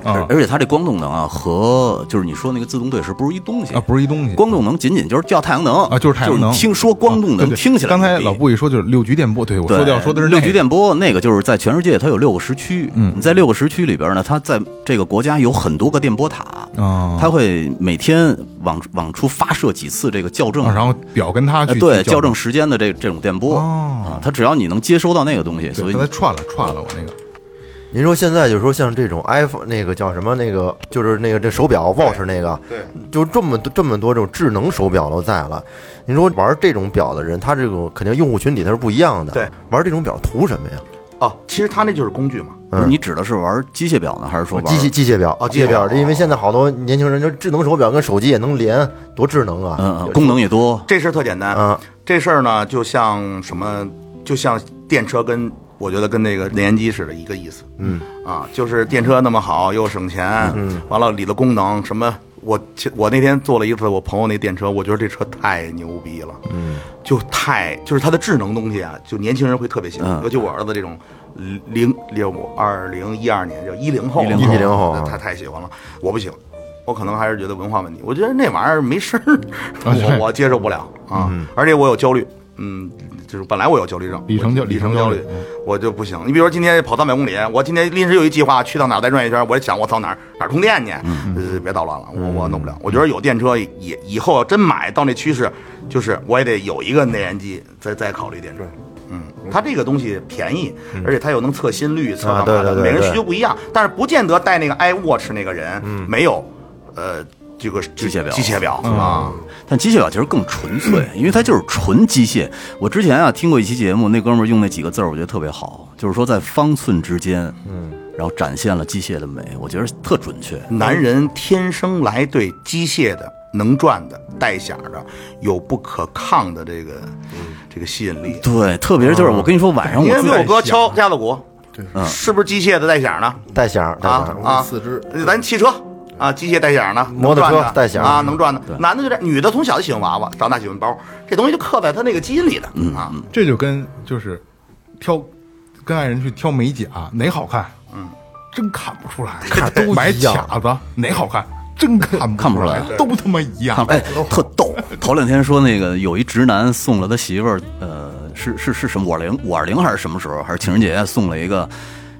D: 啊
C: 而且它这光动能啊和就是你说那个自动对时不是一东西
D: 啊，不是一东西。
C: 光动能仅仅就是叫太阳能
D: 啊，就是太阳能。
C: 你听说光动
D: 啊对
C: 能，
D: 对
C: 听起来
D: 刚才
C: 牛逼
D: 老布一说就是六局电波，对我
C: 对，
D: 说的要说的是那
C: 六
D: 个
C: 局电波，那个就是在全世界它有六个时区，嗯，你在六个时区里边呢，它在这个国家有很多个电波塔，
D: 啊，
C: 它会每天往往出发射几次这个校正，
D: 啊然后表跟他
C: 呃
D: 去
C: 对
D: 去
C: 校正时间的这这种电波
D: 哦
C: 啊，它只要你能接收到那个东西，所
D: 对，
C: 以
D: 刚才串了串了我那个，
F: 您说现在就是说像这种 iPhone 那个叫什么那个，就是那个这手表 Watch 那个，对，就这么多这么多这种智能手表都在了。您说玩这种表的人，他这种肯定用户群体他是不一样的。
E: 对，
F: 玩这种表图什么呀？
E: 哦，其实它那就是工具嘛。
D: 嗯
C: 不是你指的是玩机械表呢，还是说玩
F: 机械？机械表
E: 哦
F: 机械
E: 机械
F: 表，
E: 表
F: 因为现在好多年轻人就智能手表跟手机也能连，多智能啊！
C: 嗯，嗯功能也多，
E: 这事儿特简单，
F: 啊，
E: 这事儿呢，就像什么，就像电车跟我觉得跟那个内燃机似的，一个意思。嗯啊，就是电车那么好，又省钱，嗯，完了里头功能什么，我其我那天坐了一次我朋友那电车，我觉得这车太牛逼了，嗯，就太就是它的智能东西啊，就年轻人会特别喜欢，
C: 嗯
E: 尤其我儿子这种。零六五二零一二年叫一零后，
C: 10后
F: 10后
E: 他太喜欢了，我不喜欢，我可能还是觉得文化问题，我觉得那玩意儿没事儿，
D: 啊对
E: 我我接受不了啊，而且我有焦虑，嗯，就是本来我有焦虑症，
D: 里程焦
E: 里程
D: 里程焦
E: 焦虑
D: 虑，
E: 我就不行。你比如说今天跑三百公里，我今天临时有一计划，去到哪儿再转一圈，我想我操哪儿哪儿充电去，呃别捣乱了，我我弄不了。我觉得有电车也以后要真买到那趋势，就是我也得有一个内燃机，再再考虑电车。嗯，它这个东西便宜，而且它又能测心率、测
F: 啊
E: 干嘛
F: 对
E: 的，
F: 对对
E: 每个人
F: 对
E: 需求不一样。但是不见得戴那个 iWatch 那个人
F: 嗯
E: 没有，呃，这个机
C: 械表
E: 机械表啊，
C: 但机械表其实更纯粹，因为它就是纯机械。我之前啊听过一期节目，那哥们儿用那几个字儿，我觉得特别好，就是说在方寸之间，嗯，然后展现了机械的美，我觉得特准确。
E: 男人天生来对机械的、能转的、带响的有不可抗的这个、
F: 嗯
E: 这个吸引力。
C: 对，特别是就是我跟你说，晚上
E: 你
C: 我
E: 看
C: 自
E: 被
C: 己
E: 我哥敲架子鼓，是不是机械的带响呢？
F: 带响嗯带
E: 啊
F: 响，
E: 啊，
A: 四肢
E: 咱汽车啊，机械带响的，
F: 摩托车
E: 能转的
F: 带响
E: 啊，能转的。男的就这，女的从小就喜欢娃娃，长大喜欢包，这东西就刻在他那个基因里的
F: 嗯
E: 啊。
D: 这就跟就是挑跟爱人去挑美甲哪好看，嗯，真看不出
C: [laughs]
D: 来，看
F: 都一样
D: 买卡子哪好看，真看
C: 看不出
D: 出
C: 来
D: 都他妈一样。
C: 哎，特逗。头两天说那个有一直男送了他媳妇儿，呃，是是是什么五二零五二零还是什么时候，还是情人节送了一个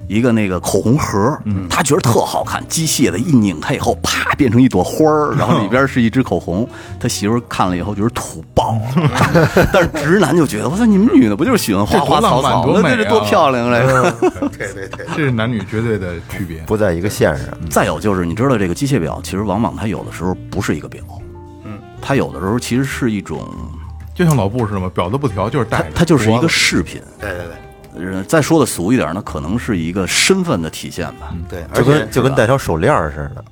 C: 一个那个口红盒，
D: 嗯
C: 他觉得特好看，机械的，一拧开以后，啪变成一朵花儿，然后里边是一支口红。他媳妇儿看了以后觉得土爆， [laughs] 但是直男就觉得我操，你们女的不就是喜欢花花草草
D: 这多
C: 吗
D: 浪漫多？美啊嗯
C: 那这多漂亮这个！
E: 对对对，
D: 这是男女绝对的区别。
F: 不在一个线上。
C: [laughs] 再有就是，你知道这个机械表，其实往往它有的时候不是一个表，嗯，它有的时候其实是一种。
D: 就像老布似的嘛，表都不调，就是带
C: 它
D: 着
C: 它就是一
D: 脖
C: 个
D: 子
C: 饰品。
E: 对对对
C: 呃再说的俗一点，那可能是一个身份的体现吧。
E: 对，而
F: 就
E: 且
F: 跟就跟带条手链似的，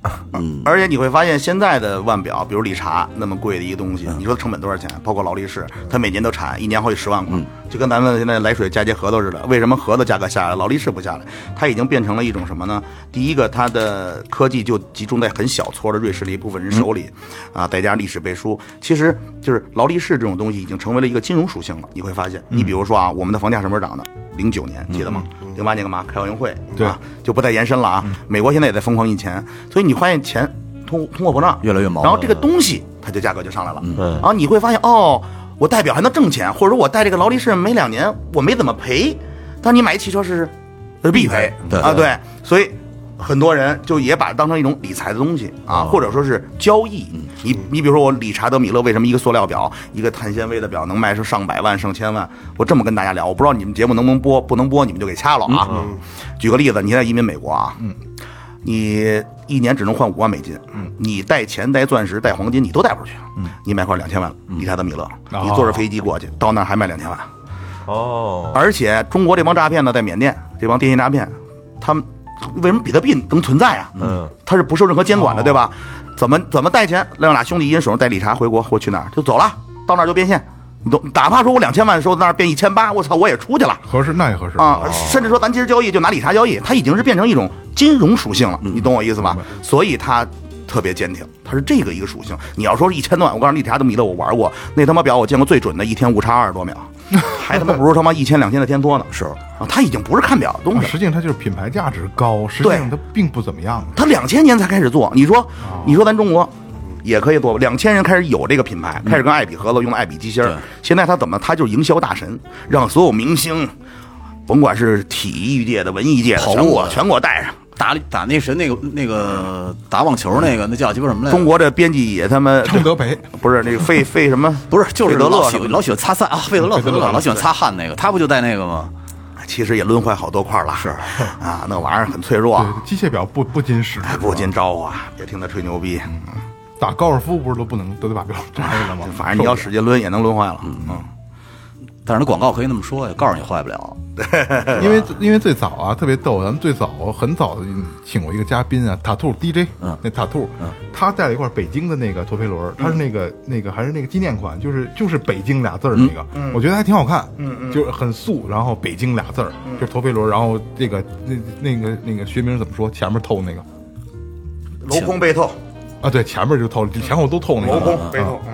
E: 而且你会发现，现在的腕表，比如理查那么贵的一个东西，你说成本多少钱？包括劳力士，它每年都产，一年好几十万块，就跟咱们现在来水嫁接核桃似的。为什么核桃价格下来，劳力士不下来？它已经变成了一种什么呢？第一个，它的科技就集中在很小撮的瑞士的一部分人手里，啊，再加上历史背书，其实就是劳力士这种东西已经成为了一个金融属性了。你会发现，你比如说啊，我们的房价什么时候涨的？零九年记得吗？零八年干嘛？开奥运会，
D: 对
E: 啊，就不再延伸了啊。美国现在也在疯狂印钱，所以你发现钱通通货膨胀
C: 越来越毛
E: 然后这个
C: 了
E: 东西它就价格就上来了，嗯，然后你会发现哦，我戴表还能挣钱，或者说我戴这个劳力士没两年我没怎么赔，但你买一汽车试试，这是必赔
C: 对
E: 啊，
C: 对
E: 对，所以。很多人就也把它当成一种理财的东西啊，
C: 哦
E: 或者说是交易。
C: 嗯
E: 你你比如说我理查德米勒，为什么一个塑料表、一个碳纤维的表能卖上上百万、上千万？我这么跟大家聊，我不知道你们节目能不能播，不能播你们就给掐了
C: 嗯
E: 啊。举个例子，你现在移民美国啊，你一年只能换五万美金，
C: 嗯
E: 你带钱、带钻石、带黄金，你都带不出去，你买块两千万
C: 嗯
E: 理查德米勒，你坐着飞机过去，到那儿还卖两千万，
F: 哦，
E: 而且中国这帮诈骗呢，在缅甸这帮电信诈骗，他们为什么比特币能存在啊？
F: 嗯，哦
E: 它是不受任何监管的，对吧？怎么怎么带钱？让俩兄弟一人手上带理查回国或去哪儿就走了，到那儿就变现。你都哪怕说我两千万收到那儿变一千八，我操，我也出去了。
D: 合适那也合适
E: 啊，甚至说咱今儿交易就拿理查交易，它已经是变成一种金融属性了，你懂我意思吧？所以它特别坚挺，它是这个一个属性。你要说是一千多万，我告诉你，理查德米勒我玩过，那他妈表我见过最准的，一天误差二十多秒，还他妈不如他妈一千两千的天梭呢。是啊，它已经不是看表的东
D: 啊
E: 西了。
D: 实际上它就是品牌价值高，实际上它并不怎么样。
E: 他两千年才开始做，你说，你说咱中国也可以做吧？两千人开始有这个品牌，开始跟爱彼合作，用爱彼机芯儿。现在他怎么？他就是营销大神，让所有明星，甭管是体育界的、文艺界的，
C: 跑
E: 全
C: 路
E: 国
C: 的
E: 全给我带上。
C: 打打那谁那个那个打网球那个那叫鸡巴什么来着？
E: 中国这编辑也他妈
D: 张德培，
E: 不是那个费费什么？
C: 不是就是
E: 费德
C: 老
E: 勒
C: 喜
E: 什
C: 欢
E: 么的
C: 老喜欢擦汗啊，费德勒费德勒老喜欢擦汗那个，他不就带那个吗？
E: 其实也轮回好多块儿了。是 [laughs] 啊，那玩意儿很脆弱，啊
D: 对，机械表不不禁使，
E: 不禁招啊！别听他吹牛逼，
D: 打高尔夫不是都不能都得把
C: 哎
D: 表摘了吗？
E: 反正你要使劲抡也能抡坏了。嗯，
C: 但是那广告可以那么说呀，告诉你坏不了。
D: 因为因为最早啊，特别逗，咱们最早很早请过一个嘉宾啊，塔兔 DJ，
C: 嗯
D: 那塔兔，他带了一块北京的那个陀飞轮，他是那个那个还是那个纪念款，就是就是北京俩字儿那个，我觉得还挺好看，嗯嗯，就是很素，然后北京俩字儿，就是陀飞轮，然后这个那那个那个学名怎么说？前面透那个
E: 镂空被透，
D: 啊，对，前面就透，前后都透那个，
E: 镂空被透。嗯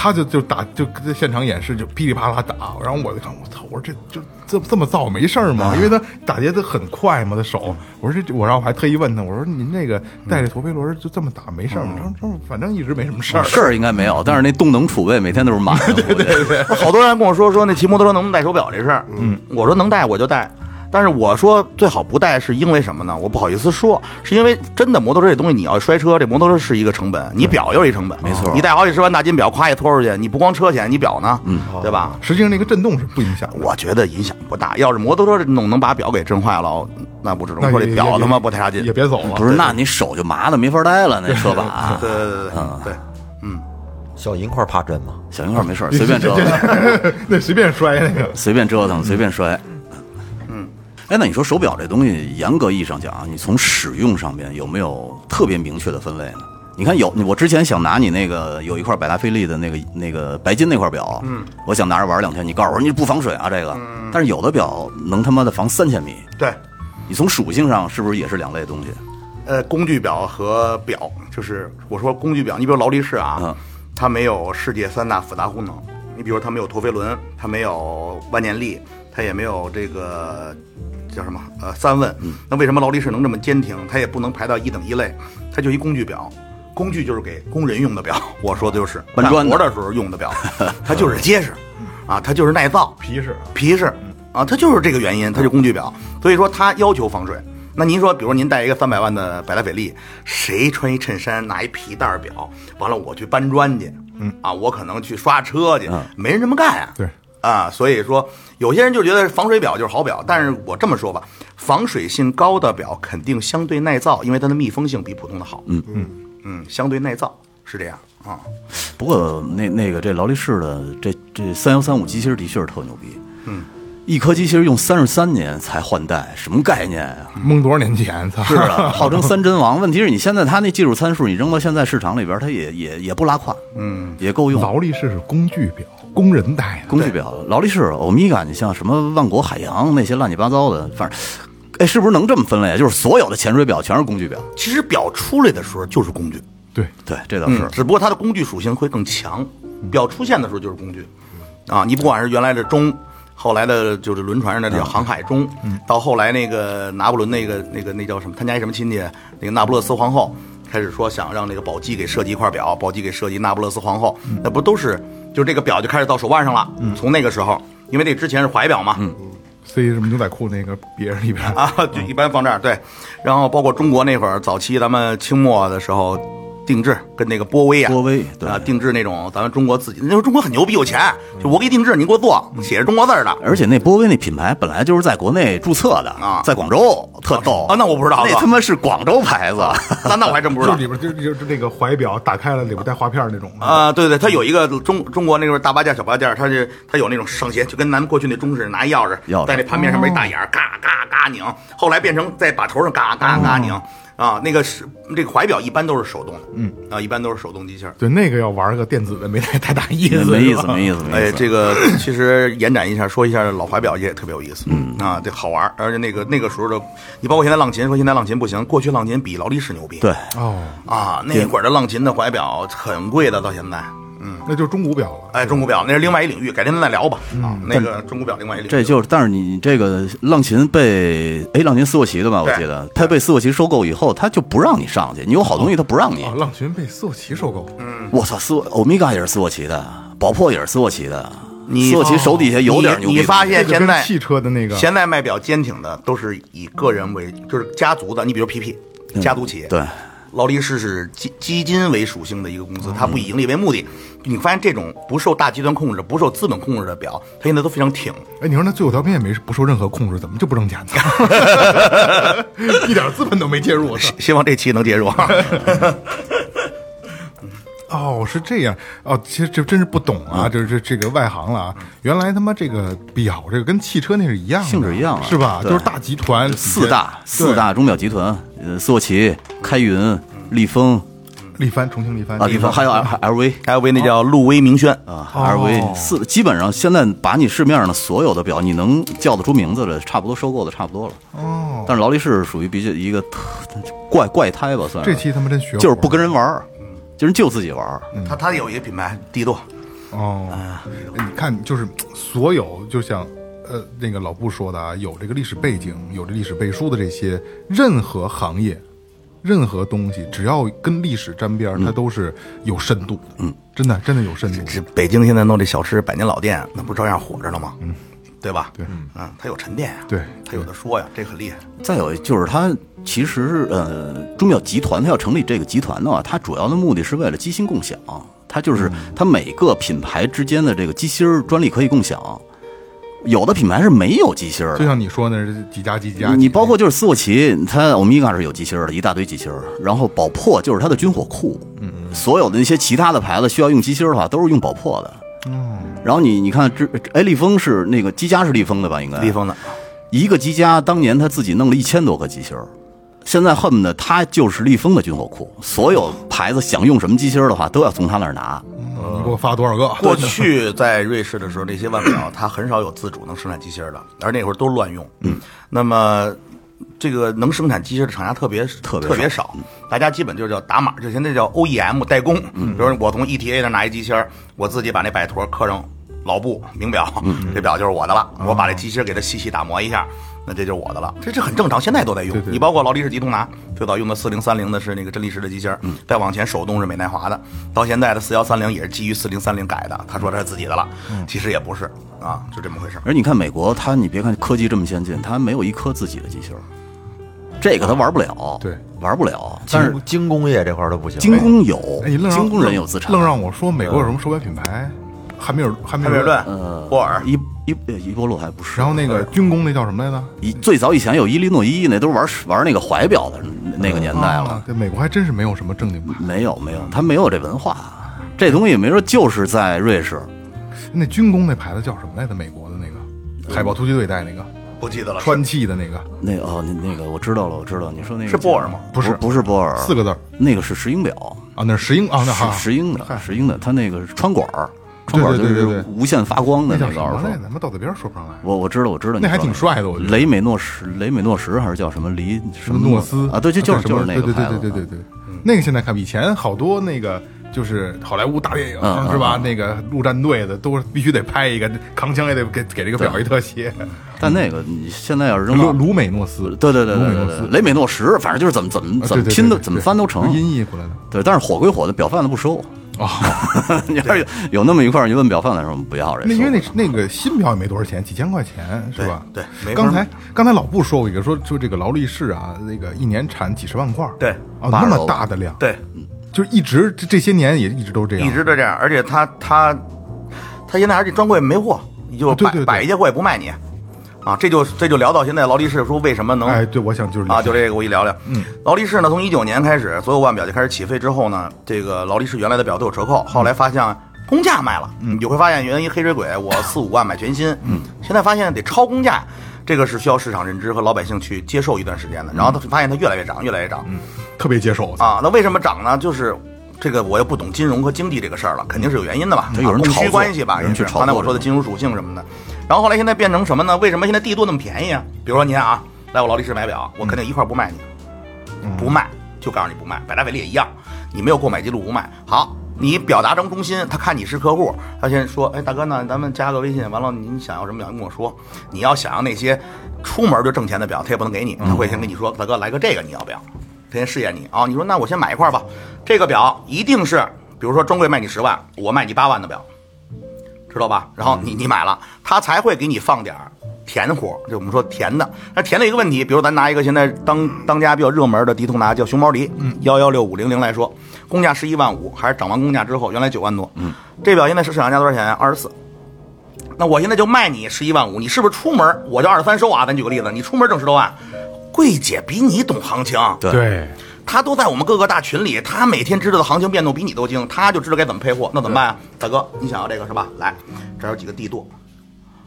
D: 他就就打就在现场演示，就噼里啪啦打，然后我就看，我操，我说这就这这么造没事儿
C: 啊
D: 吗？因为他打劫的很快嘛，他手，我说这我然后我还特意问他，我说您这个带着陀飞轮就这么打没事儿吗？他说他说反正一直没什么事儿，
C: 事儿应该没有，啊但是那动能储备每天都是满的。 [laughs] 对对对，
E: [laughs] 好多人跟我说说那骑摩托车能不能戴手表这事儿，嗯，我说能戴我就戴，但是我说最好不戴是因为什么呢？我不好意思说，是因为真的摩托车这东西你要摔车，这摩托车是一个成本，你表又是一成本，没
C: 错
E: 你戴好几十万大金表，咵一拖出去，你不光车钱，你表呢，嗯，对吧？
D: 实际上那个震动是不影响的。
E: 我觉得影响不大，要是摩托车这弄能把表给震坏了，那我只能
D: 那
E: 说
D: 也
E: 这
D: 也
E: 表
D: 也
E: 他妈不太差劲
D: 也。别走了。
C: 不是，那你手就麻的没法待了，那车把
E: 对对对对对，
F: 小银块怕针吗？
C: 小银块没事儿，随便折腾，
D: [laughs] 那随便摔那个，
C: 随便折腾，随便摔。嗯，哎，那你说手表这东西，严格意义上讲啊，你从使用上面有没有特别明确的分类呢？你看有，我之前想拿你那个有一块百达翡丽的那个那个白金那块表，嗯，我想拿着玩两天，你告诉我你不防水啊这个，但是有的表能他妈的防三千米，
E: 对，
C: 你从属性上是不是也是两类东西？
E: 呃，工具表和表，就是我说工具表，你比如劳力士啊，
C: 嗯
E: 它没有世界三大复杂功能，你比如它没有陀飞轮，它没有万年历，它也没有这个叫什么呃三问。
C: 嗯
E: 那为什么劳力士能这么坚挺？它也不能排到一等一类，它就一工具表。工具就是给工人用的表， [laughs] 我说的就是
C: 搬
E: 干
C: 砖的嗯
E: 活的时候用
C: [laughs]
E: 的表，它就是结实，啊，它就是耐造，
D: 皮实啊。
E: 皮实啊，它就是这个原因，它是工具表，所以说它要求防水。那您说，比如您带一个三百万的百达翡丽，谁穿一衬衫拿一皮带儿表，完了我去搬砖去，嗯啊，我可能去刷车去，没人这么干呀、啊。
D: 对
E: 啊，所以说有些人就觉得防水表就是好表，但是我这么说吧，防水性高的表肯定相对耐造，因为它的密封性比普通的好。嗯嗯嗯，相对耐造是这样啊。
C: 不过那那个这劳力士的这这三幺三五机芯儿的确是特牛逼，
E: 嗯，
C: 一颗机芯儿用三十三年才换代，什么概念啊？
D: 蒙多少年前？操！
C: 是
D: [laughs]
C: 啊， [laughs] 号称三针王，问题是你现在它那技术参数，你扔到现在市场里边儿，它也也也不拉胯，嗯，也够用。
D: 劳力士是工具表，工人戴的。
C: 工具表，劳力士、欧米伽，你像什么万国海洋那些乱七八糟的，反正，哎，是不是能这么分类啊？就是所有的潜水表全是工具表，
E: 其实表出来的时候就是工具，
D: 对，
C: 对，这倒是。
E: 嗯，只嗯不过它的工具属性会更强。表出现的时候就是工具，啊，你不管是原来的钟，后来的就是轮船上的叫航海钟，到后来那个拿破仑那个那个那叫什么？他家一什么亲戚？那个那不勒斯皇后开始说想让那个宝鸡给设计一块表，宝鸡给设计那不勒斯皇后，那嗯不都是就是这个表就开始到手腕上了？从那个时候，因为那之前是怀表嘛，
D: 塞什么牛仔裤那个别人里边
E: 啊，就一般放这儿对。然后包括中国那会儿早期咱们清末的时候。定制跟那个波威啊，
C: 波威对
E: 啊，定制那种咱们中国自己，那时候中国很牛逼，有钱，就我给你定制，你给我做，写着中国字儿的，
C: 而且那波威那品牌本来就是在国内注册的
E: 啊
C: 在广州特逗
E: 啊那我不知道啊
C: 那
E: 哥
C: 他妈是广州牌子，
E: 那那我还真不知
D: 就是
E: 道。
D: 里边就就就那个怀表打开了，里边带花片那种。
E: 啊，对对，它有一个中中国那个大八件、小八件，它是它有那种上鞋，就跟咱们过去那中式拿一钥
C: 钥匙
E: 匙，在那盘面上面一大眼儿，嘎嘎嘎拧，后来变成在把头上嘎嘎嘎拧啊，那个是这个怀表一般都是手动的，嗯啊，一般都是手动机器儿。
D: 对，那个要玩个电子的没太太大意思，
C: [laughs] 没意
D: 是
C: 思，
D: 吧
C: 没意思，没意
E: 哎，
C: 思。[coughs]
E: 这个其实延展一下，说一下老怀表也特别有意思，嗯啊，这好玩儿，而且那个那个时候的，你包括现在浪琴，说现在浪琴不行，过去浪琴比劳力士牛逼，
C: 对，
D: 哦，
E: 啊，那会儿的浪琴的怀表很贵的，到现在，嗯，
D: 那就是中古表了。
E: 哎，中古表那是另外一领域，改天咱再聊吧，啊，那个中古表另外一领域，
C: 嗯这就是，但是你这个浪琴被哎浪琴斯沃琪的吧？我
E: 对
C: 记得他被斯沃琪收购以后，他就不让你上去，你有好东西他不让你
D: 哦，。浪群被斯沃琪收购，
C: 我操，斯沃欧米伽也是斯沃琪的，宝珀也是斯沃琪的，
E: 你
C: 斯沃琪手底下有点牛
E: 你
C: 逼。
E: 你发
D: 那
E: 现
D: 个
E: 现
D: 跟
E: 在
D: 汽车的那个
E: 现在卖表坚挺的都是以个人为，就是家族的，你比如 PP 家族企业，
C: 嗯对，
E: 劳力士是基基金为属性的一个公司，它不
C: 嗯
E: 以盈利为目的。你发现这种不受大集团控制、不受资本控制的表，它现在都非常挺。
D: 哎，你说那最后调频也没不受任何控制，怎么就不
C: [laughs]
D: 挣钱呢？ [laughs] 一点资本都没介入。我操
E: 希望这期能介啊入。 [laughs]
D: 哦，是这样哦，其实这真是不懂
C: 嗯
D: 啊，这这这个外行了啊。原来他妈这个表这个跟汽车那是一样的，
C: 性质一样啊
D: 是吧？
C: 对
D: 就是大集团
C: 四大
D: 对
C: 四大钟表集团，呃，斯沃琪、开
E: 嗯
C: 云、立丰
D: 力帆，重庆力帆
C: 啊，立丰还有 L V
E: 还有为那叫路威明轩
C: 啊，L V 四，基本上现在把你市面上的所有的表，你能叫得出名字的，差不多收购的差不多了。
D: 哦，
C: 但是劳力士属于比较一个特怪怪胎吧，算是
D: 这期他妈真
C: 啊
D: 学
C: 就是不
D: 活
C: 跟人玩儿，就是就自己玩儿。
E: 它它有一个品牌帝舵，
D: 哦，
C: 啊
D: 你看，就是所有，就像呃那个老布说的啊，有这个历史背景、有这历史背书的这些，任何行业、任何东西，只要跟历史沾边儿，
C: 嗯
D: 它都是有深度的。嗯，真的，真的有深度的。
E: 这北京现在弄这小吃百年老店，那不照样火着呢吗？嗯，对吧？对，嗯，它有沉淀呀，
D: 对
E: 它有的说呀，这很厉害。
C: 再有就是它其实呃，钟表集团它要成立这个集团的话，它主要的目的是为了机芯共享，它就是它每个品牌之间的这个机芯儿专利可以共享，有的品牌是没有机芯儿
D: 就
C: 的。
D: 像你说的，这几家几家，
C: 你包括就是斯沃琪，它欧米伽是有机芯儿的，一大堆机芯儿。然后宝珀就是它的军火库，嗯嗯，所有的那些其他的牌子需要用机芯儿的话，都是用宝珀的。然后你你看这哎，立丰是那个积家是立丰的吧？应该
E: 立丰 [laughs] 的，
C: 一个机家当年他自己弄了一千多个机芯儿，现在恨不得他就是立丰的军火库，所有牌子想用什么机芯儿的话，都要从他那儿拿。
D: 呃你给我发多少个？
E: 过去在瑞士的时候，那些腕表它很少有自主能生产机芯儿的，而那会儿都乱用。嗯，那么这个能生产机芯儿的厂家特别
C: 特别
E: 别少，大家基本就是叫打码，就现在叫 OEM 代工。嗯，比如说我从 ETA 那拿一机芯儿，我自己把那摆陀刻上老布名表，这表就是我的了。我把这机芯儿给它细细打磨一下。那这就是我的了，这这很正常，现在都在用。
D: 对对
E: 你包括劳力士迪图拿，最早用的四零三零的是那个真力士的机芯儿，再往前手动是美耐华的，到现在的四幺三零也是基于四零三零改的。他说他是自己的了，其实也不是啊，就这么回事儿。
C: 而你看美国，它你别看科技这么先进，它没有一颗自己的机芯儿，这个它玩不了，
D: 对，
C: 玩不了。但是
F: 精精工业这块儿都不行。
C: 精工有
D: 哎，你，愣让
C: 精工人有资产，嗯
D: 愣让我说美国有什么手表品牌？汉密尔汉密
E: 汉密尔顿、波尔，
C: 一一呃一波路还不是。
D: 然后那个军工那叫什么来着？
C: 一最早以前有伊利诺伊，那都是玩玩那个怀表的那个年代了。
D: 啊，对，美国还真是没有什么正经牌。
C: 没有没有，他没有这文化，啊这东西没说就是在瑞士，
D: 那军工那牌子叫什么来着？美国的那个海豹突击队带那个
C: 啊
E: 不记得了，
D: 川气的那个
C: 那哦那那个我知道了，我知道你说那个
E: 是波尔吗？
C: 不是不是波尔，
D: 四个字儿
C: 那个是石英表，
D: 啊，那是石英啊，那哈
C: 啊是石英的石英的，它那个是穿管儿，
D: 对
C: 穿管儿就
D: 对对对
C: 是无限发光的
D: 那
C: 那
D: 叫
C: 个耳
D: 什么
C: 朵
D: 来着？。咱们到嘴边儿说不上来。
C: 我我知道我知道，
D: 那还
C: 你说
D: 挺帅的我觉得
C: 雷美诺什雷美诺什还是叫什么黎什
D: 什
C: 么
D: 么诺斯
C: 啊？对，就就是
D: 什
C: 就
D: 么
C: 是那个啊
D: 对对
C: 牌子，
D: 对
C: 嗯
D: 对对对对，那个现在看以前好多那个就是好莱坞大电
C: 嗯嗯
D: 影是吧？那个陆战队的都是必须得拍一个，扛枪也得给给这个表一特写。嗯
C: 但那个你现在要是扔
D: 鲁
C: 到
D: 鲁美诺斯，
C: 嗯对对对
D: 鲁
C: 对
D: 美
C: 对
D: 诺
C: 对，
D: 斯
C: 雷美诺什，反正就是怎么怎么
D: 啊
C: 怎么
D: 对对
C: 拼的
D: 对对
C: 怎么翻都
D: 对
C: 成。啊
D: 音译过来的。
C: 对，但是火归火的，表贩子不收， [laughs] 你要是有有那么一块儿，你问表贩的时候，我们不要这个手
D: 哦那因
C: 表。
D: 为那那个新表也没多少钱，几千块钱是吧？
E: 对没法
D: 刚才
E: 买
D: 刚才老布说过一个，说说这个劳力士啊，那个一年产几十万块儿，
E: 对
D: 哦，
C: 80
D: 那么大的量，，
E: 对，
D: 就是一直这这些年也一直都这样，
E: 一直都这样，而且他他他现在而且专柜没货，你就
D: 啊对
E: 摆
D: 对对
E: 摆一些货也不卖你，啊，这就这就聊到现在劳力士说为什么能
D: 哎，对，我想就是
E: 啊，就这个我一聊聊。嗯，劳力士呢，从一九年开始，所有腕表就开始起飞之后呢，这个劳力士原来的表都有折扣，后来发现公价卖了，嗯，你就会发现原来一黑水鬼我四五万买全新，嗯，现在发现得超公价，这个是需要市场认知和老百姓去接受一段时间的，然后他发现它越来越涨，越来越涨，嗯
D: 特别接受
E: 啊，那为什么涨呢？就是。这个我又不懂金融和经济这个事儿了，肯定是有原因的吧？
C: 这有人
E: 啊供
C: 炒
E: 需
C: 作
E: 关系吧，
C: 有人
E: 也是
C: 去炒
E: 刚才
C: 作
E: 我说的
C: 这种
E: 金融属性什么的。然后后来现在变成什么呢？为什么现在帝都那么便宜啊？比如说您啊，来我劳力士买表，我肯定一块儿不卖你，不卖，就告诉你不卖。百达翡丽也一样，你没有购买记录不卖。好，你表达成中心，他看你是客户，他先说，哎，大哥呢，咱们加个微信，完了您想要什么表跟我说。你要想要那些出门就挣钱的表，他也不能给你，他会先跟你说，大哥来个这个你要不要？他先试验你啊，你说那我先买一块吧，这个表一定是，比如说专柜卖你十万，我卖你八万的表，知道吧？然后你你买了，他才会给你放点儿甜货，就我们说甜的。那甜的一个问题，比如咱拿一个现在当当家比较热门的迪通达叫熊猫迪，嗯，幺幺六五零零来说，工价十一万五，还是涨完工价之后，原来九万多，嗯，这表现在市场价多少钱啊？二十四。那我现在就卖你十一万五，你是不是出门我就二十三收啊？咱举个例子，你出门挣十多万，柜姐比你懂行情，
C: 对
E: 嗯
D: 对，
E: 他都在我们各个大群里，他每天知道的行情变动比你都精，他就知道该怎么配货。那怎么办啊？大哥，你想要这个是吧？来，这儿有几个帝舵，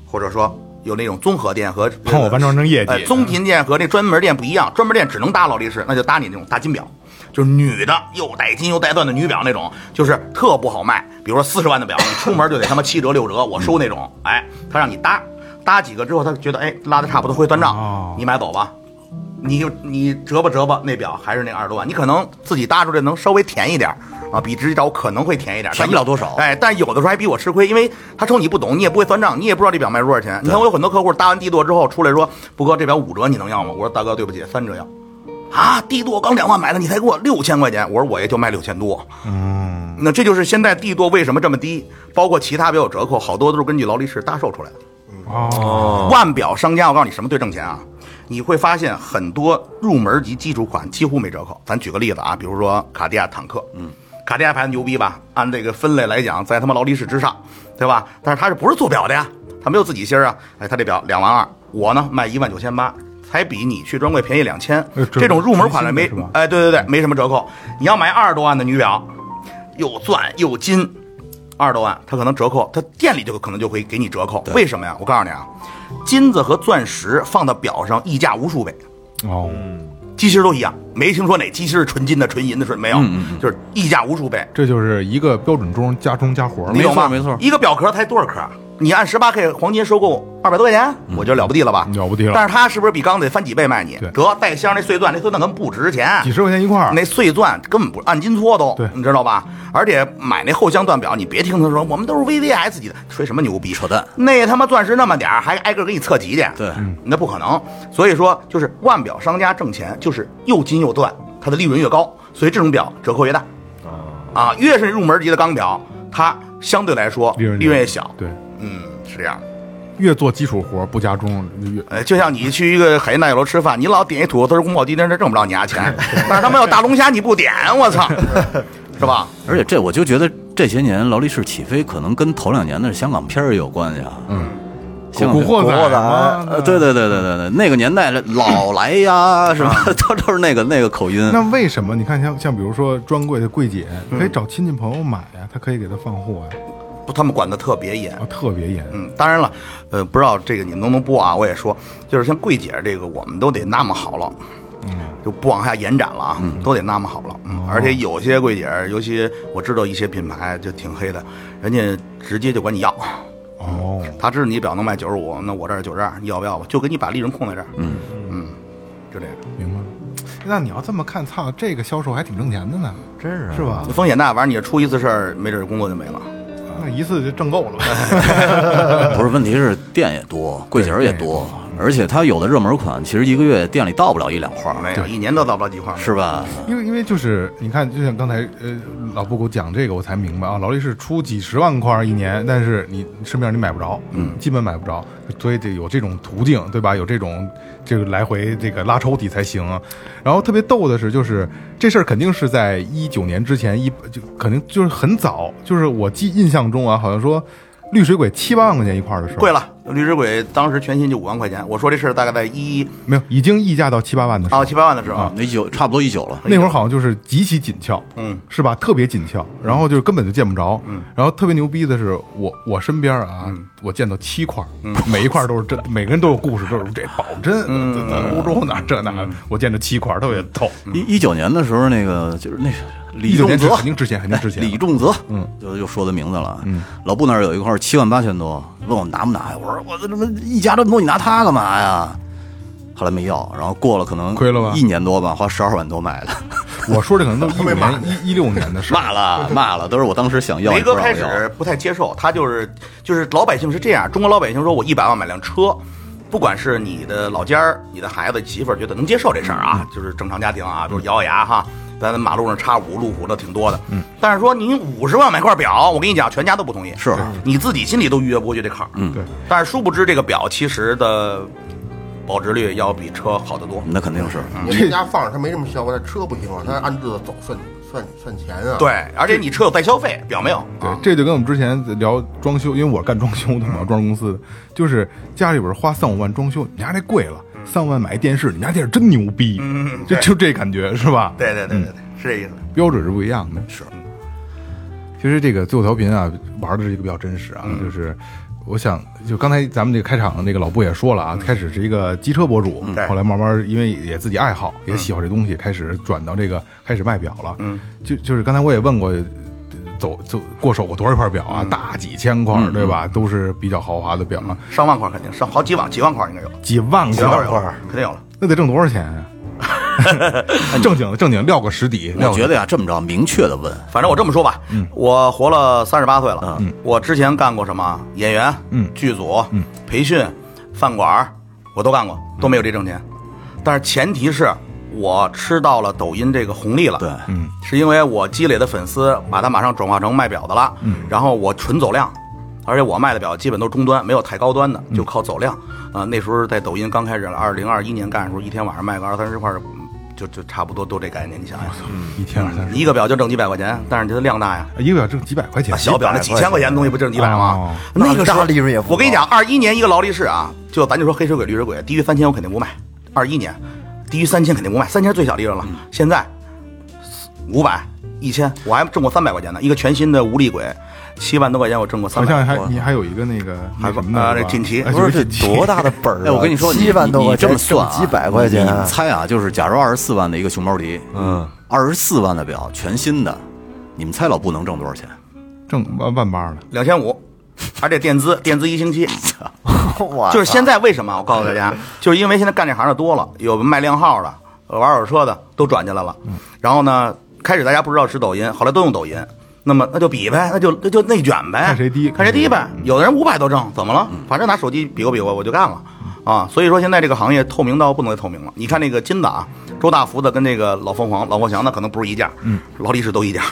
E: 或者说有那种综合店和
D: 帮我搬装成业绩
E: 呃中品店和那专门店不一样，专门店只能搭劳力士，那就搭你那种大金表，就是女的又带金又带钻的女表那种，就是特不好卖。比如说四十万的表，你出门就得他妈七折六折，我收那种，哎，他让你搭搭几个之后，他觉得哎拉的差不多会算
D: 哦
E: 账，你买走吧。你就你折吧折吧，那表还是那二十多万，你可能自己搭出来能稍微便宜点儿啊，比直接找可能会便宜点儿，
C: 便宜不了多少
E: 哎，但有的时候还比我吃亏，因为他瞅你不懂，你也不会算账，你也不知道这表卖多少钱。你看我有很多客户搭完帝舵之后出来说，不哥这表五折你能要吗？我说大哥对不起，三折要。啊，帝舵刚两万买的，你才给我六千块钱，我说我也就卖六千多。嗯，那这就是现在帝舵为什么这么低，包括其他表有折扣，好多都是根据劳力士搭售出来的。
D: 哦，
E: 腕表商家，我告诉你什么最挣钱啊？你会发现很多入门级基础款几乎没折扣。咱举个例子啊，比如说卡地亚坦克，嗯，卡地亚牌子牛逼吧？按这个分类来讲，在他妈劳力士之上，对吧？但是他是不是做表的呀？他没有自己芯儿啊。哎，他这表两万二，我呢卖一万九千八，才比你去专柜便宜两千
D: 呃。这
E: 这种入门款的没
D: 全新的是吧，
E: 哎，对对对，没什么折扣。你要买二十多万的女表，又钻又金，二十多万，他可能折扣，他店里就可能就会给你折扣。为什么呀？我告诉你啊，金子和钻石放到表上溢价无数倍，
D: 哦，
E: 机芯都一样，没听说哪机芯是纯金的、纯银的，纯没有，
C: 嗯
E: 就是溢价无数倍。
D: 这就是一个标准钟加钟加活儿
E: 你
C: 没
E: 懂吗？
C: 错没错
E: 一个表壳才多少克？你按十八 K 黄金收购二百多块钱，
C: 嗯
E: 我觉得了不地了吧？
D: 了不地了
E: 但是它是不是比刚得翻几倍卖你
D: 对？
E: 得带箱那碎钻，那碎钻根本不值钱，
D: 几十块钱一块儿，
E: 那碎钻根本不按斤搓都
D: 对，
E: 你知道吧？而且买那后镶钻表，你别听他说我们都是 VVS 级的，吹什么牛逼，
C: 扯淡！
E: 那他妈钻石那么点儿，还挨个给你测级去，
C: 对嗯
E: 那不可能。所以说，就是腕表商家挣钱就是又金又钻，它的利润越高，所以这种表折扣越大。
D: 哦
E: 啊，越是入门级的钢表，它相对来说
D: 利
E: 利
D: 润
E: 润越小。
D: 对，
E: 嗯，是这样的。
D: 越做基础活儿不加钟越
E: 呃，就像你去一个海鲜大酒楼吃饭，你老点一土豆丝宫保鸡丁，这挣不着你家 [laughs] 钱。但是他们有大龙虾，你不点，我 [laughs] 操，是吧？
C: 而且这我就觉得这些年劳力士起飞，可能跟头两年的香港片儿也有关系啊。嗯，香港
D: 古
C: 片
D: 惑啊
F: 古惑仔
D: 嘛，
C: 呃，对对对对对对，那个年代老来呀，什
D: 啊
C: 么 [laughs] 都都是那个那个口音。
D: [laughs] 那为什么你看像像比如说专柜的柜姐可以找亲戚朋友买呀，她可以给她放货呀，
E: 不，他们管得特别严
D: 啊。特别严，
E: 嗯，当然了，呃，不知道这个你们能不能播啊？我也说，就是像柜姐这个，我们都得那么好了，嗯，就不往下延展了啊，都得那么好了。嗯，而且有些柜姐，尤其我知道一些品牌就挺黑的，人家直接就管你要。
D: 哦，
E: 他知道你表能卖九十五，那我这儿九十二，你要不要吧？就给你把利润控在这儿。嗯嗯，就这样。
D: 明白了。那你要这么看，操，这个销售还挺挣钱的呢，
F: 真是啊
D: 是吧？
E: 风险大，完了你出一次事儿，没准工作就没了。
D: 那一次就挣够了吧？
C: [laughs] 不是，问题是店也多，柜姐儿也多，而且它有的热门款，其实一个月店里到不了一两块儿，
E: 啊没有，一年都到不了几块儿，
C: 是吧？
D: 因为因为就是你看，就像刚才呃老布给我讲这个，我才明白啊，劳力士出几十万块一年，但是你市面上你买不着，嗯，基本买不着，所以得有这种途径，对吧？有这种这个来回这个拉抽屉才行、啊。然后特别逗的是，就是这事儿肯定是在一九年之前，一就肯定就是很早，就是我记印象中啊，好像说绿水鬼七八万块钱一块儿的时候，
E: 贵了。绿水鬼当时全新就五万块钱，我说这事儿大概在一
D: 没有，已经溢价到七八万的时候
E: 啊七八万的时候，
C: 那九差不多一九了，
D: 那会儿好像就是极其紧俏，
E: 嗯，
D: 是吧？特别紧俏，然后就是根本就见不着，嗯，然后特别牛逼的是，我我身边啊，
E: 嗯
D: 我见到七块，每一块都是真，每个人都有故事，都是这保
E: 嗯
D: 真，在在欧洲哪儿这哪儿，我见着七块特
E: 嗯
D: 别逗。
C: 一一九年的时候，那个就是那李
D: 嗯一九
C: 仲
D: 年之
C: 泽，
D: 肯定之前，肯定之
C: [laughs]
D: 前
C: 哎李仲泽，嗯，就又说他名字了。嗯，老布那儿有一块七万八千多，问我拿不拿呀？我说我这他妈一家这么多，你拿它干嘛呀？后来没要，然后过了可能
D: 亏了吧
C: 一年多吧，花十二万多买的， [laughs]
D: 我说这
E: [laughs]
D: 可能都一五年、一一六年的事儿，
C: 骂了骂了，都是我当时想要，
E: 雷哥
C: 不让
E: 开
C: 我要
E: 始不太接受，他就是就是老百姓是这样，中国老百姓说我一百万买辆车，不管是你的老家儿、你的孩子、媳妇儿，觉得能接受这事儿啊，
C: 嗯
E: 就是正常家庭啊，就是咬咬牙哈，咱马路上插五路虎的挺多的，嗯，但是说你五十万买块表，我跟你讲，全家都不同意，
C: 是
E: 你自己心里都逾越不过去这坎儿，嗯
D: 对，
E: 但是殊不知这个表其实的保值率要比车好得多，
C: 那肯定是
D: 嗯
A: 你们家放着它没什么效果，但车不行啊，它按日子走算算算钱啊。
E: 对，而且你车有再消费，表没有，
C: 嗯
D: 对，这就跟我们之前聊装修，因为我干装修的嘛，
E: 嗯
D: 装修公司的，就是家里边花三五万装修，你们家这贵了，三五万买一电视，你们家电视真牛逼，
E: 嗯
D: 就
E: 对
D: 就这感觉是吧？
E: 对对对对对，是这意思，
D: 标准是不一样的。是，其实这个最后调频啊，玩的是一个比较真实啊，就是我想，就刚才咱们这个开场那个老布也说了啊，开始是一个机车博主，
E: 对
D: 后来慢慢因为也自己爱好，也喜欢这东西，开始转到这个开始卖表了。嗯，就就是刚才我也问过。呃走走过手过多少块表啊？大几千块，对吧？都是比较豪华的表啊，
E: 上万块肯定上好几万几万块应该有，
D: 几万
E: 嗯几万
D: 块，
E: 有肯定有了。
D: 那得挣多少钱啊？正经的正经，撂个实底。
C: 我
D: 撂个
C: 觉得呀，这么着明确的问，
E: 反正我这么说吧，我活了三十八岁了，我之前干过什么演员，
D: 嗯
E: 剧组，嗯，培训，饭馆儿，我都干过，都没有这挣钱。但是前提是我吃到了抖音这个红利了，
C: 对，
E: 是因为我积累的粉丝把它马上转化成卖表的了，然后我纯走量，而且我卖的表基本都是中端，没有太高端的，就靠走量。啊、那时候在抖音刚开始，二零二一年干的时候，一天晚上卖个二三十块儿，嗯就就差不多都这概念，你想想，
D: 一天二三十，
E: 嗯一个表就挣几百块钱，但是它的量大呀。
D: 一个表挣几百块钱
E: 啊，小表那几千块钱的东西不挣几百吗
D: 哦？
E: 那个时候
F: 那利润也不高
E: 我跟你讲，二一年一个劳力士啊，就咱就说黑水鬼、绿水鬼，低于三千我肯定不卖。二一年，低于三千肯定不卖，三千是最小利润
D: 嗯
E: 了。现在五百、一千，我还挣过三百块钱呢。一个全新的无力鬼，七万多块钱我挣过三
D: 好
E: 百。
D: 像还你还有一个那个那
E: 还
D: 什么的
E: 啊
D: 是吧
E: 那锦旗
D: 哎
F: 不是
D: 就是
F: 这
D: 锦旗
F: 多大的本儿
C: [laughs]
F: 啊！
C: 哎，我跟你说，
F: 七万多
C: 你
F: 块
C: 你
F: 钱
C: 这么算啊
F: 挣几百块钱
C: 你，你猜啊，就是假如二十四万的一个熊猫迪，嗯，二十四万的表，全新的，你们猜老布能挣多少钱？
D: 挣万万八了，
E: 两千五，而且垫资，垫资一星期。
F: 哇，
E: 就是现在为什么？我告诉大家，就是因为现在干这行的多了，有卖靓号的、呃玩二手车的都转进来了。然后呢，开始大家不知道是抖音，后来都用抖音。那么那就比呗，那就那就内卷呗，
D: 看谁低
E: 看谁低呗。有的人五百都挣，怎么了？反正拿手机比划比划，我就干了啊。所以说现在这个行业透明到不能再透明了。你看那个金子啊，周大福的跟那个老凤凰、老凤祥的可能不是一家，劳力士都一家。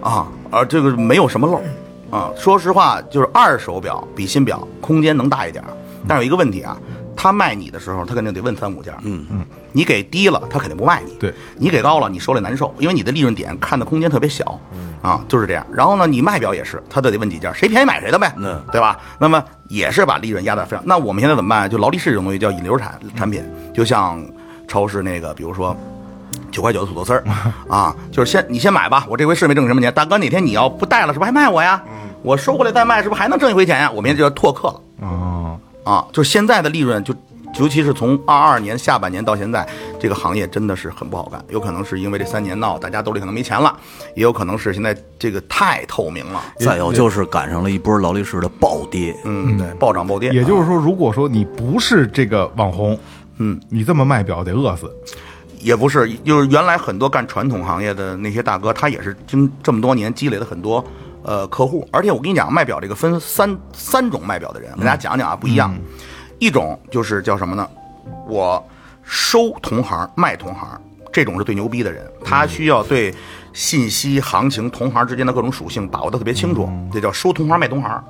E: 啊，而这个没有什么漏儿啊。说实话，就是二手表比新表空间能大一点儿，但有一个问题啊，他卖你的时候，他肯定得问三五件。嗯嗯，你给低了，他肯定不卖你。
D: 对，
E: 你给高了，你手里难受，因为你的利润点看的空间特别小。啊，就是这样。然后呢，你卖表也是，他都得问几件，谁便宜买谁的呗。
C: 嗯
E: 对吧？那么也是把利润压在非常。那我们现在怎么办？就劳力士这种东西叫引流产产品，就像超市那个，比如说九块九的土豆丝儿啊，就是先你先买吧，我这回是没挣什么钱。大哥哪天你要不带了，是不是还卖我呀？我收回来再卖，是不是还能挣一回钱呀？我们现在就叫拓客了
D: 哦，
E: 啊，就是现在的利润就。尤其是从二二年下半年到现在，这个行业真的是很不好干。有可能是因为这三年闹，大家兜里可能没钱了，也有可能是现在这个太透明了，
C: 再有就是赶上了一波劳力士的暴跌，
E: 嗯，对，暴涨暴跌。
D: 也就是说，如果说你不是这个网红，
E: 嗯，
D: 你这么卖表得饿死，
E: 也不是，就是原来很多干传统行业的那些大哥，他也是经这么多年积累了很多呃客户。而且我跟你讲，卖表这个分三三种卖表的人，我给大家讲讲啊，不一样。一种就是叫什么呢？我收同行卖同行，这种是最牛逼的人，他需要对信息、行情、同行之间的各种属性把握的特别清楚，这叫收同行卖同行，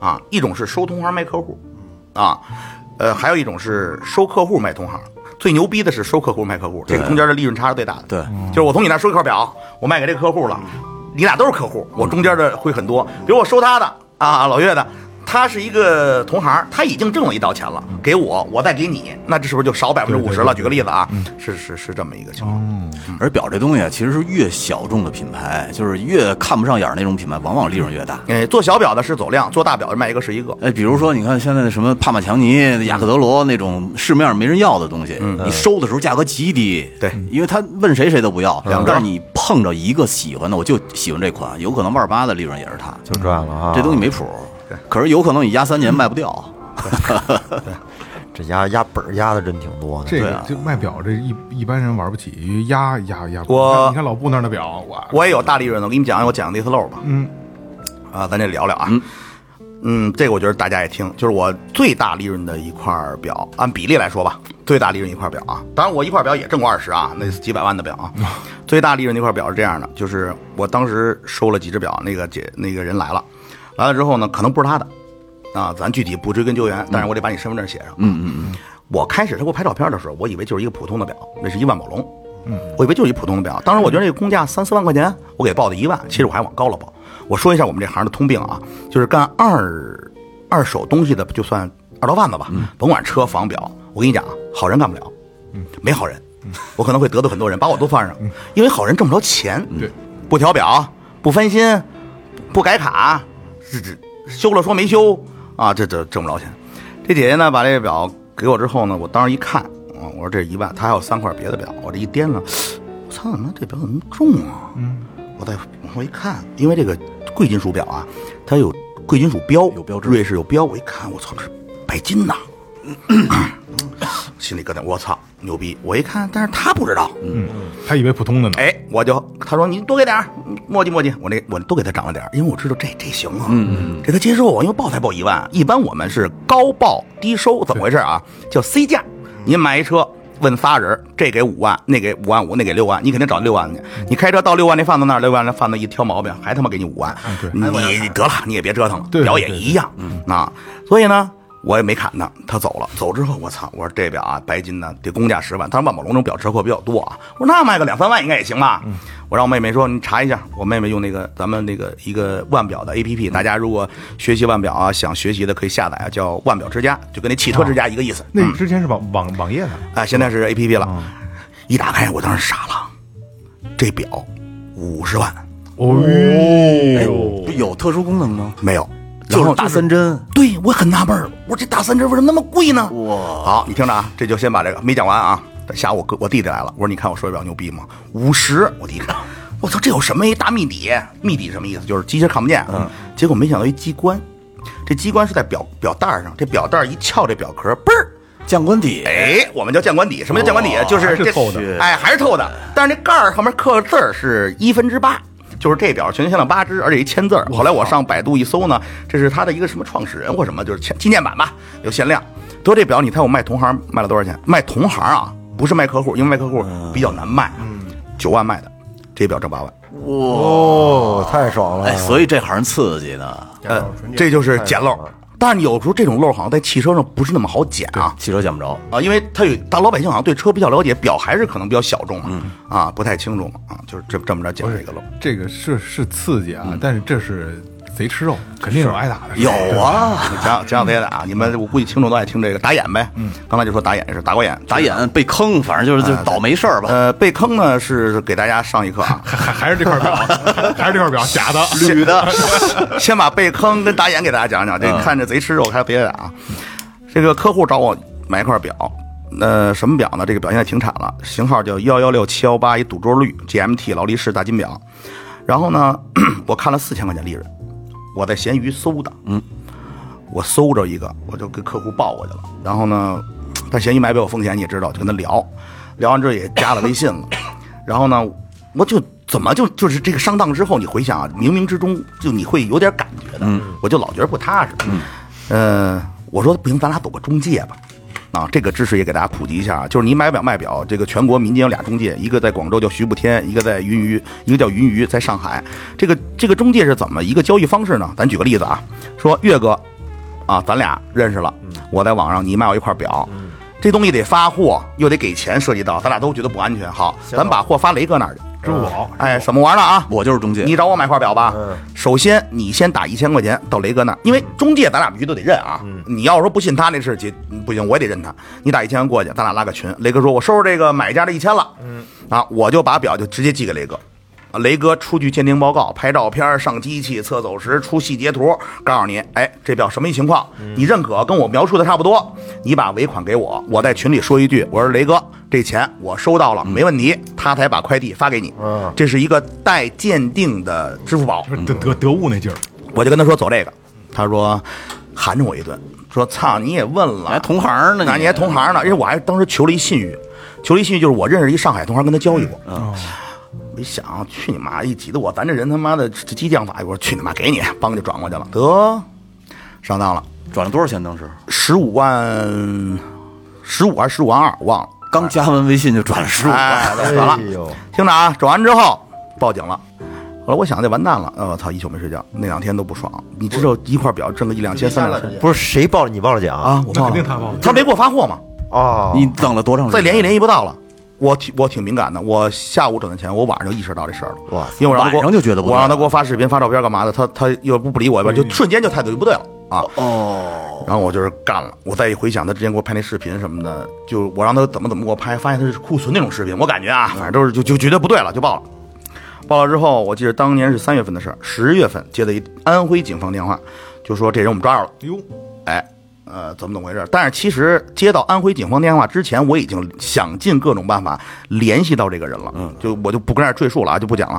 E: 啊，一种是收同行卖客户，啊，呃，还有一种是收客户卖同行。最牛逼的是收客户卖客户，这个中间的利润差是最大的。嗯
C: 对，
E: 就是我从你那收一块表，我卖给这客户了，你俩都是客户，我中间的会很多。比如我收他的啊，老岳的，他是一个同行，他已经挣了一道钱了，给我，我再给你，那这是不是就少百分之五十了？举个例子啊，是是是这么一个情况。
C: 而表这东西啊，其实是越小众的品牌，就是越看不上眼儿那种品牌，往往利润越大。
E: 哎，做小表的是走量，做大表的卖一个是一个。
C: 哎，比如说，你看现在的什么帕玛强尼、雅克德罗那种市面上没人要的东西，你收的时候价格极低，
E: 嗯
C: 嗯
E: 对嗯
C: 因为他问谁谁都不要
E: 两。张
C: 但是你碰着一个喜欢的，我就喜欢这款，有可能万八的利润也是他，
F: 就赚了啊！
C: 这东西没谱。可是有可能你压三
E: 嗯
C: 年卖不掉，
F: 这压压本儿压的真挺多的。
D: 这
C: 对
D: 个
C: 啊
D: 就卖表这一一般人玩不起，压压压不起。
E: 我
D: 你看你看老布那儿的表，我
E: 我也有大利润的，我给你们讲，我讲个内斯漏吧。
D: 嗯，
E: 啊，咱这聊聊啊。嗯，这个我觉得大家也听，就是我最大利润的一块表，按比例来说吧，最大利润一块表啊。当然，我一块表也挣过二十啊，那是几百万的表啊。最大利润那块表是这样的，就是我当时收了几只表，那个姐那个人来了，来了之后呢，可能不是他的啊，咱具体不追根究源，但是我得把你身份证写上。嗯嗯嗯。我开始他给我拍照片的时候，我以为就是一个普通的表，那是一万宝龙。我以为就是一普通的表。当时我觉得这个工价三四万块钱，我给报的一万，其实我还往高了报。我说一下我们这行的通病啊，就是干二二手东西的，就算二道贩子吧，甭管车房表。我跟你讲啊，好人干不了，没好人，我可能会得罪很多人，把我都犯上，
C: 嗯
E: 因为好人挣不着钱，
D: 对，
E: 不调表，不翻新，不改卡，这这修了说没修啊，这这挣不着钱。这姐姐呢，把这个表给我之后呢，我当时一看，啊，我说这一万，她还有三块别的表，我这一掂量，我操，他妈这表怎么重啊？嗯，我再往后一看，因为这个贵金属表啊，它有贵金属标，
C: 有标志
E: 瑞士有标，我一看，我操，这是白金呐、心里咯噔，我操，牛逼！我一看，但是他不知道，
D: 嗯他以为普通的呢。
E: 哎，我就他说你多给点儿，墨迹墨迹，我那我多给他涨了点儿，因为我知道这这行啊，嗯，这他接受啊，因为报才报一万，一般我们是高报低收，怎么回事啊？叫 C 价，您买一车。问仨人，这给五万，那给五万五，那给六万，你肯定找六万去。你开车到六万那贩子那儿，六万那贩子一挑毛病，还他妈给你五万，
D: 啊对
E: 你得了，你也别折腾了，
D: 对
E: 表也
D: 对对
E: 一样，啊，所以呢，我也没砍他，他走了，走之后我操，我说这表啊，白金呢得工价十万，当然万宝龙这种表折扣比较多啊，我说那卖个两三万应该也行吧，我让我妹妹说你查一下，我妹妹用那个咱们那个一个腕表的 A P P，大家如果学习腕表啊，想学习的可以下载啊，叫腕表之家，就跟那汽车之家一个意思，
D: 那之前是网网网页的，
E: 啊，现在是 A P P 了，一打开我当时傻了，这表五十万
C: 哎不有特殊功能吗？
E: 没有，哦然
C: 就
E: 后
C: 是打三针，
E: 对我很纳闷儿，我说这大三针为什么那么贵呢？
C: 哇
E: 好，你听着啊，这就先把这个没讲完啊。下午我哥我弟弟来了，我说你看我手表牛逼吗？五十，我弟弟看，我操，这有什么一大密底？密底什么意思？就是机芯看不见。嗯，结果没想到一机关，这机关是在表表带上，这表带一翘，这表壳嘣儿。
C: 降官底，
E: 哎，我们叫酱管底，什么叫酱管底？就是这
D: 是透的
E: 哎，还是透的。但是这盖儿上面刻的字儿是一分之八，就是这表全球限量八只，而且一签字儿。后来我上百度一搜呢，这是他的一个什么创始人或什么，就是签纪念版吧，有限量。得这表，你猜我卖同行卖了多少钱？卖同行啊，不是卖客户，因为卖客户比较难卖。啊九万卖的，这表挣八万。
F: 哦，太爽了！
C: 哎，所以这行刺激呢，
E: 呃，这就是捡漏。但是有时候这种漏好像在汽车上不是那么好捡啊。
C: 汽车见不着。
E: 啊，因为他有大老百姓好像对车比较了解，表还是可能比较小众嘛，啊，不太清楚嘛，啊，就是这这么着讲这个嗯喽。
D: 这个是是刺激啊，但是这是贼吃肉，肯定有挨打的。
E: 哎
C: 有啊，
E: 前两前两天啊，你们我估计听众都爱听这个打眼呗，嗯，刚才就说打眼是打过眼，
C: 打眼被坑，反正就是就是倒霉事儿吧。
E: 啊呃，被坑呢是给大家上一课 [laughs] 啊，
D: 还还是这块表，还是这块表假的。[laughs]
E: 捋的， [laughs] 先把被坑跟打眼给大家讲讲，这看着贼吃肉，还有别的啊。这个客户找我买一块表，呃，什么表呢？这个表现在停产了，型号叫幺幺六七幺八，一赌桌绿 GMT 劳力士大金表。然后呢， [clears throat] 我看了四千块钱利润，我在闲鱼搜的，嗯，我搜着一个，我就给客户报过去了。然后呢，但闲鱼买表有风险，你也知道，就跟他聊，聊完之后也加了微信了。然后呢，我就怎么就就是这个上当之后，你回想啊，冥冥之中就你会有点感觉的，我就老觉得不踏实。嗯，呃，我说不行，咱俩走个中介吧。啊，这个知识也给大家普及一下啊，就是你买表卖表，这个全国民间有俩中介，一个在广州叫徐步天，一个在云鱼，一个叫云鱼，在上海。这个这个中介是怎么一个交易方式呢？咱举个例子啊，说岳哥，啊，咱俩认识了，我在网上你卖我一块表，这东西得发货，又得给钱，涉及到咱俩都觉得不安全。好，咱把货发雷哥那儿去。
D: 支付宝，
E: 哎，什么玩意儿呢啊？
C: 我就是中介。嗯
E: 你找我买块表吧。首先你先打一千块钱到雷哥那儿，因为中介咱俩必须都得认啊。
C: 嗯
E: 你要是说不信他那事儿，姐不行，我也得认他。你打一千过去，咱俩拉个群。雷哥说，我收拾这个买家的一千了，嗯，啊，我就把表就直接寄给雷哥。啊雷哥出具鉴定报告，拍照片，上机器测走时，出细节图，告诉你，哎，这表什么一情况，你认可，跟我描述的差不多，你把尾款给我，我在群里说一句，我说雷哥，这钱我收到了，没问题，他才把快递发给你。
F: 嗯
E: 这是一个带鉴定的支付宝，
C: 嗯
D: 就是得得得物那劲儿，
E: 我就跟他说走这个，他说含着我一顿，说操你也问了，
C: 还哎同行呢？
E: 那你还同行呢，因为我还当时求了一信誉，求了一信誉就是我认识一上海同行，跟他交易过。
D: 哦
E: 没想去你妈一急的我，咱这人他妈的这激将法，我说去你妈给你，帮就转过去了，得上当了，
C: 转了多少钱？当时
E: 十五万，十五还是十五万二，我忘了。
C: 刚加完微信就转了十五
E: 哎
C: 万，，
E: 对转了。
F: 呦，
E: 听着啊，转完之后报警了。后来我想这完蛋了，呃，我操，一宿没睡觉，那两天都不爽。你知道一块表挣个一两千、三两千
F: 不是谁报了你报了奖
E: 啊？我忘
D: 那肯定他
E: 了
D: 报了，
E: 他没给我发货嘛，
F: 啊？
C: 你等了多长时
E: 再
C: 间？
E: 联系联系不到了。我挺我挺敏感的，我下午整的钱，我晚上就意识到这事儿了。
F: 哇
E: 因为我让他给
C: 晚
E: 我
C: 上就觉得不对哎
E: 我让他给我发视频、发照片干嘛的，他他又不不理我，就瞬间就态度就不对了啊。
C: 哦，
E: 然后我就是干了。我再一回想，他之前给我拍那视频什么的，就我让他怎么怎么给我拍，发现他是库存那种视频。我感觉啊，反正都是就就觉得不对了，就报了。报了之后，我记得当年是三月份的事儿，十月份接的一安徽警方电话，就说这人我们抓着了。
D: 哎呦，
E: 哎，呃，怎么怎么回事？但是其实接到安徽警方电话之前，我已经想尽各种办法联系到这个人了。嗯，就我就不跟这儿赘述了啊，就不讲了。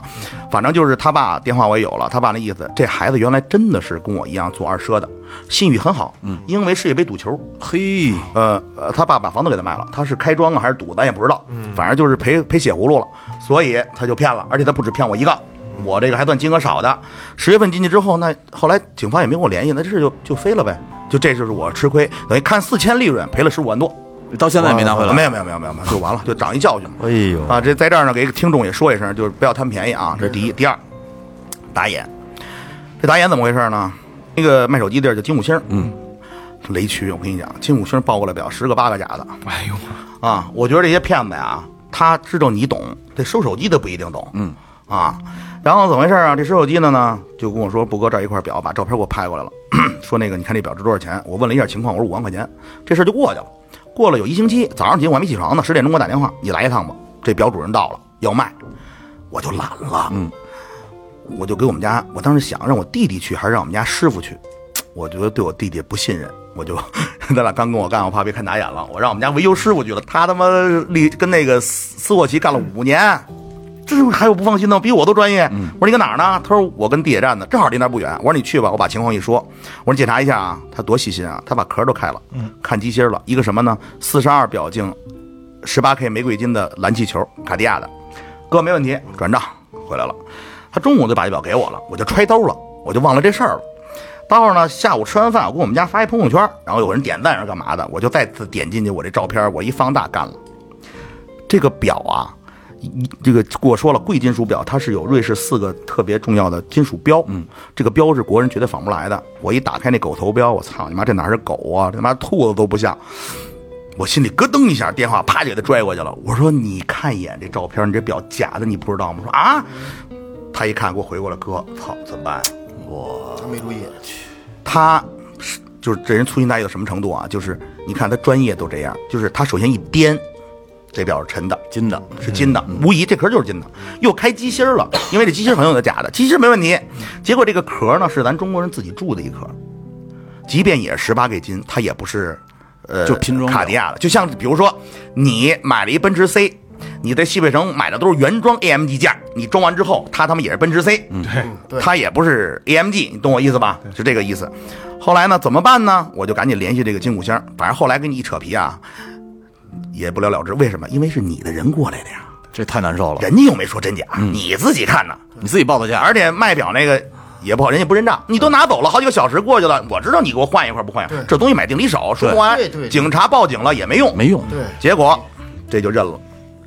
E: 反正就是他爸电话我也有了，他爸那意思，这孩子原来真的是跟我一样做二奢的，信誉很好。嗯，因为世界杯赌球，
C: 嘿，
E: 呃呃，他爸把房子给他卖了，他是开庄啊还是赌，咱也不知道，反正就是赔赔血葫芦了，所以他就骗了，而且他不止骗我一个，我这个还算金额少的。十月份进去之后，那后来警方也没跟我联系，那这事就就飞了呗，就这就是我吃亏，等于看四千利润赔了十五万多，
C: 到现在也没拿回来。
E: 啊没有没有没有没有没有，就完了，就长一教训嘛。
F: 哎呦，
E: 啊，这在这儿呢，给听众也说一声，就是不要贪便宜啊，这是
C: 嗯
E: 第一。第二，打眼，这打眼怎么回事呢？那个卖手机地儿叫金五星，嗯，雷区。我跟你讲，金五星报过来表，十个八个假的
D: 哎呦，
E: 啊。我觉得这些骗子呀，他知道你懂，这收手机的不一定懂，嗯啊。然后怎么回事啊？这收手机的呢，就跟我说，布哥这儿一块表，把照片给我拍过来了， [clears throat] 说那个你看这表值多少钱？我问了一下情况，我说五万块钱，这事儿就过去了。过了有一星期，早上起我还没起床呢，十点钟给我打电话，你来一趟吧。这表主人到了要卖，我就懒了，嗯，我就给我们家，我当时想让我弟弟去还是让我们家师傅去，我觉得对我弟弟不信任，我就 [laughs] 咱俩刚跟我干，我怕别看打眼了，我让我们家维修师傅去了，他他妈立跟那个斯斯沃琪干了五年。这是还有不放心的，比我都专业。我说你搁哪儿呢？他说我跟地铁站呢，正好离那儿不远。我说你去吧，我把情况一说。我说你检查一下啊，他多细心啊，他把壳都开了，看机芯儿了。一个什么呢？四十二表径，十八 K 玫瑰金的蓝气球，卡地亚的，哥没问题，转账回来了。他中午就把这表给我了，我就揣兜了，我就忘了这事儿了。到时候呢，下午吃完饭，我给我们家发一朋友圈，然后有人点赞，有人干嘛的，我就再次点进去我这照片，我一放大干了。这个表啊，一这个我说了，贵金属表它是有瑞士四个特别重要的金属标，嗯，这个标是国人绝对仿不来的。我一打开那狗头标，我操你妈，这哪是狗啊？这他妈兔子都不像。我心里咯噔一下，电话啪就给他拽过去了。我说：“你看一眼这照片，你这表假的，你不知道吗？”我说：“啊。”他一看给我回过来，哥，操，怎么办？
A: 他没注意，
E: 他是就是这人粗心大意到什么程度啊？就是你看他专业都这样，就是他首先一掂，这表是沉的，
C: 金的，
E: 是金
C: 嗯
E: 的，无疑这壳就是金的。又开机芯儿了，因为这机芯儿很有的假的，机芯儿没问题。结果这个壳呢是咱中国人自己铸的一壳，即便也是十八 K 金，它也不是呃
C: 就拼装的
E: 卡地亚的。就像比如说你买了一奔驰 C。你在西北城买的都是原装 AMG 件儿，你装完之后，它他妈也是奔驰 C，嗯，
A: 对
E: 它也不是 AMG，你懂我意思吧？就这个意思。后来呢，怎么办呢？我就赶紧联系这个金谷星儿，反正后来跟你一扯皮啊，也不了了之。为什么？因为是你的人过来的呀，
C: 这太难受了。
A: 嗯
E: 人家又没说真假，你自己看呢。
C: 你自己报的价，
E: 而且卖表那个也不好，人家不认账，你都拿走了好几个小时过去了，我知道你给我换一块不换一块，这东西买定离手，说不完
A: 对对，对
E: 警察报警了也没用，
C: 没用。
A: 对，
E: 结果这就认了，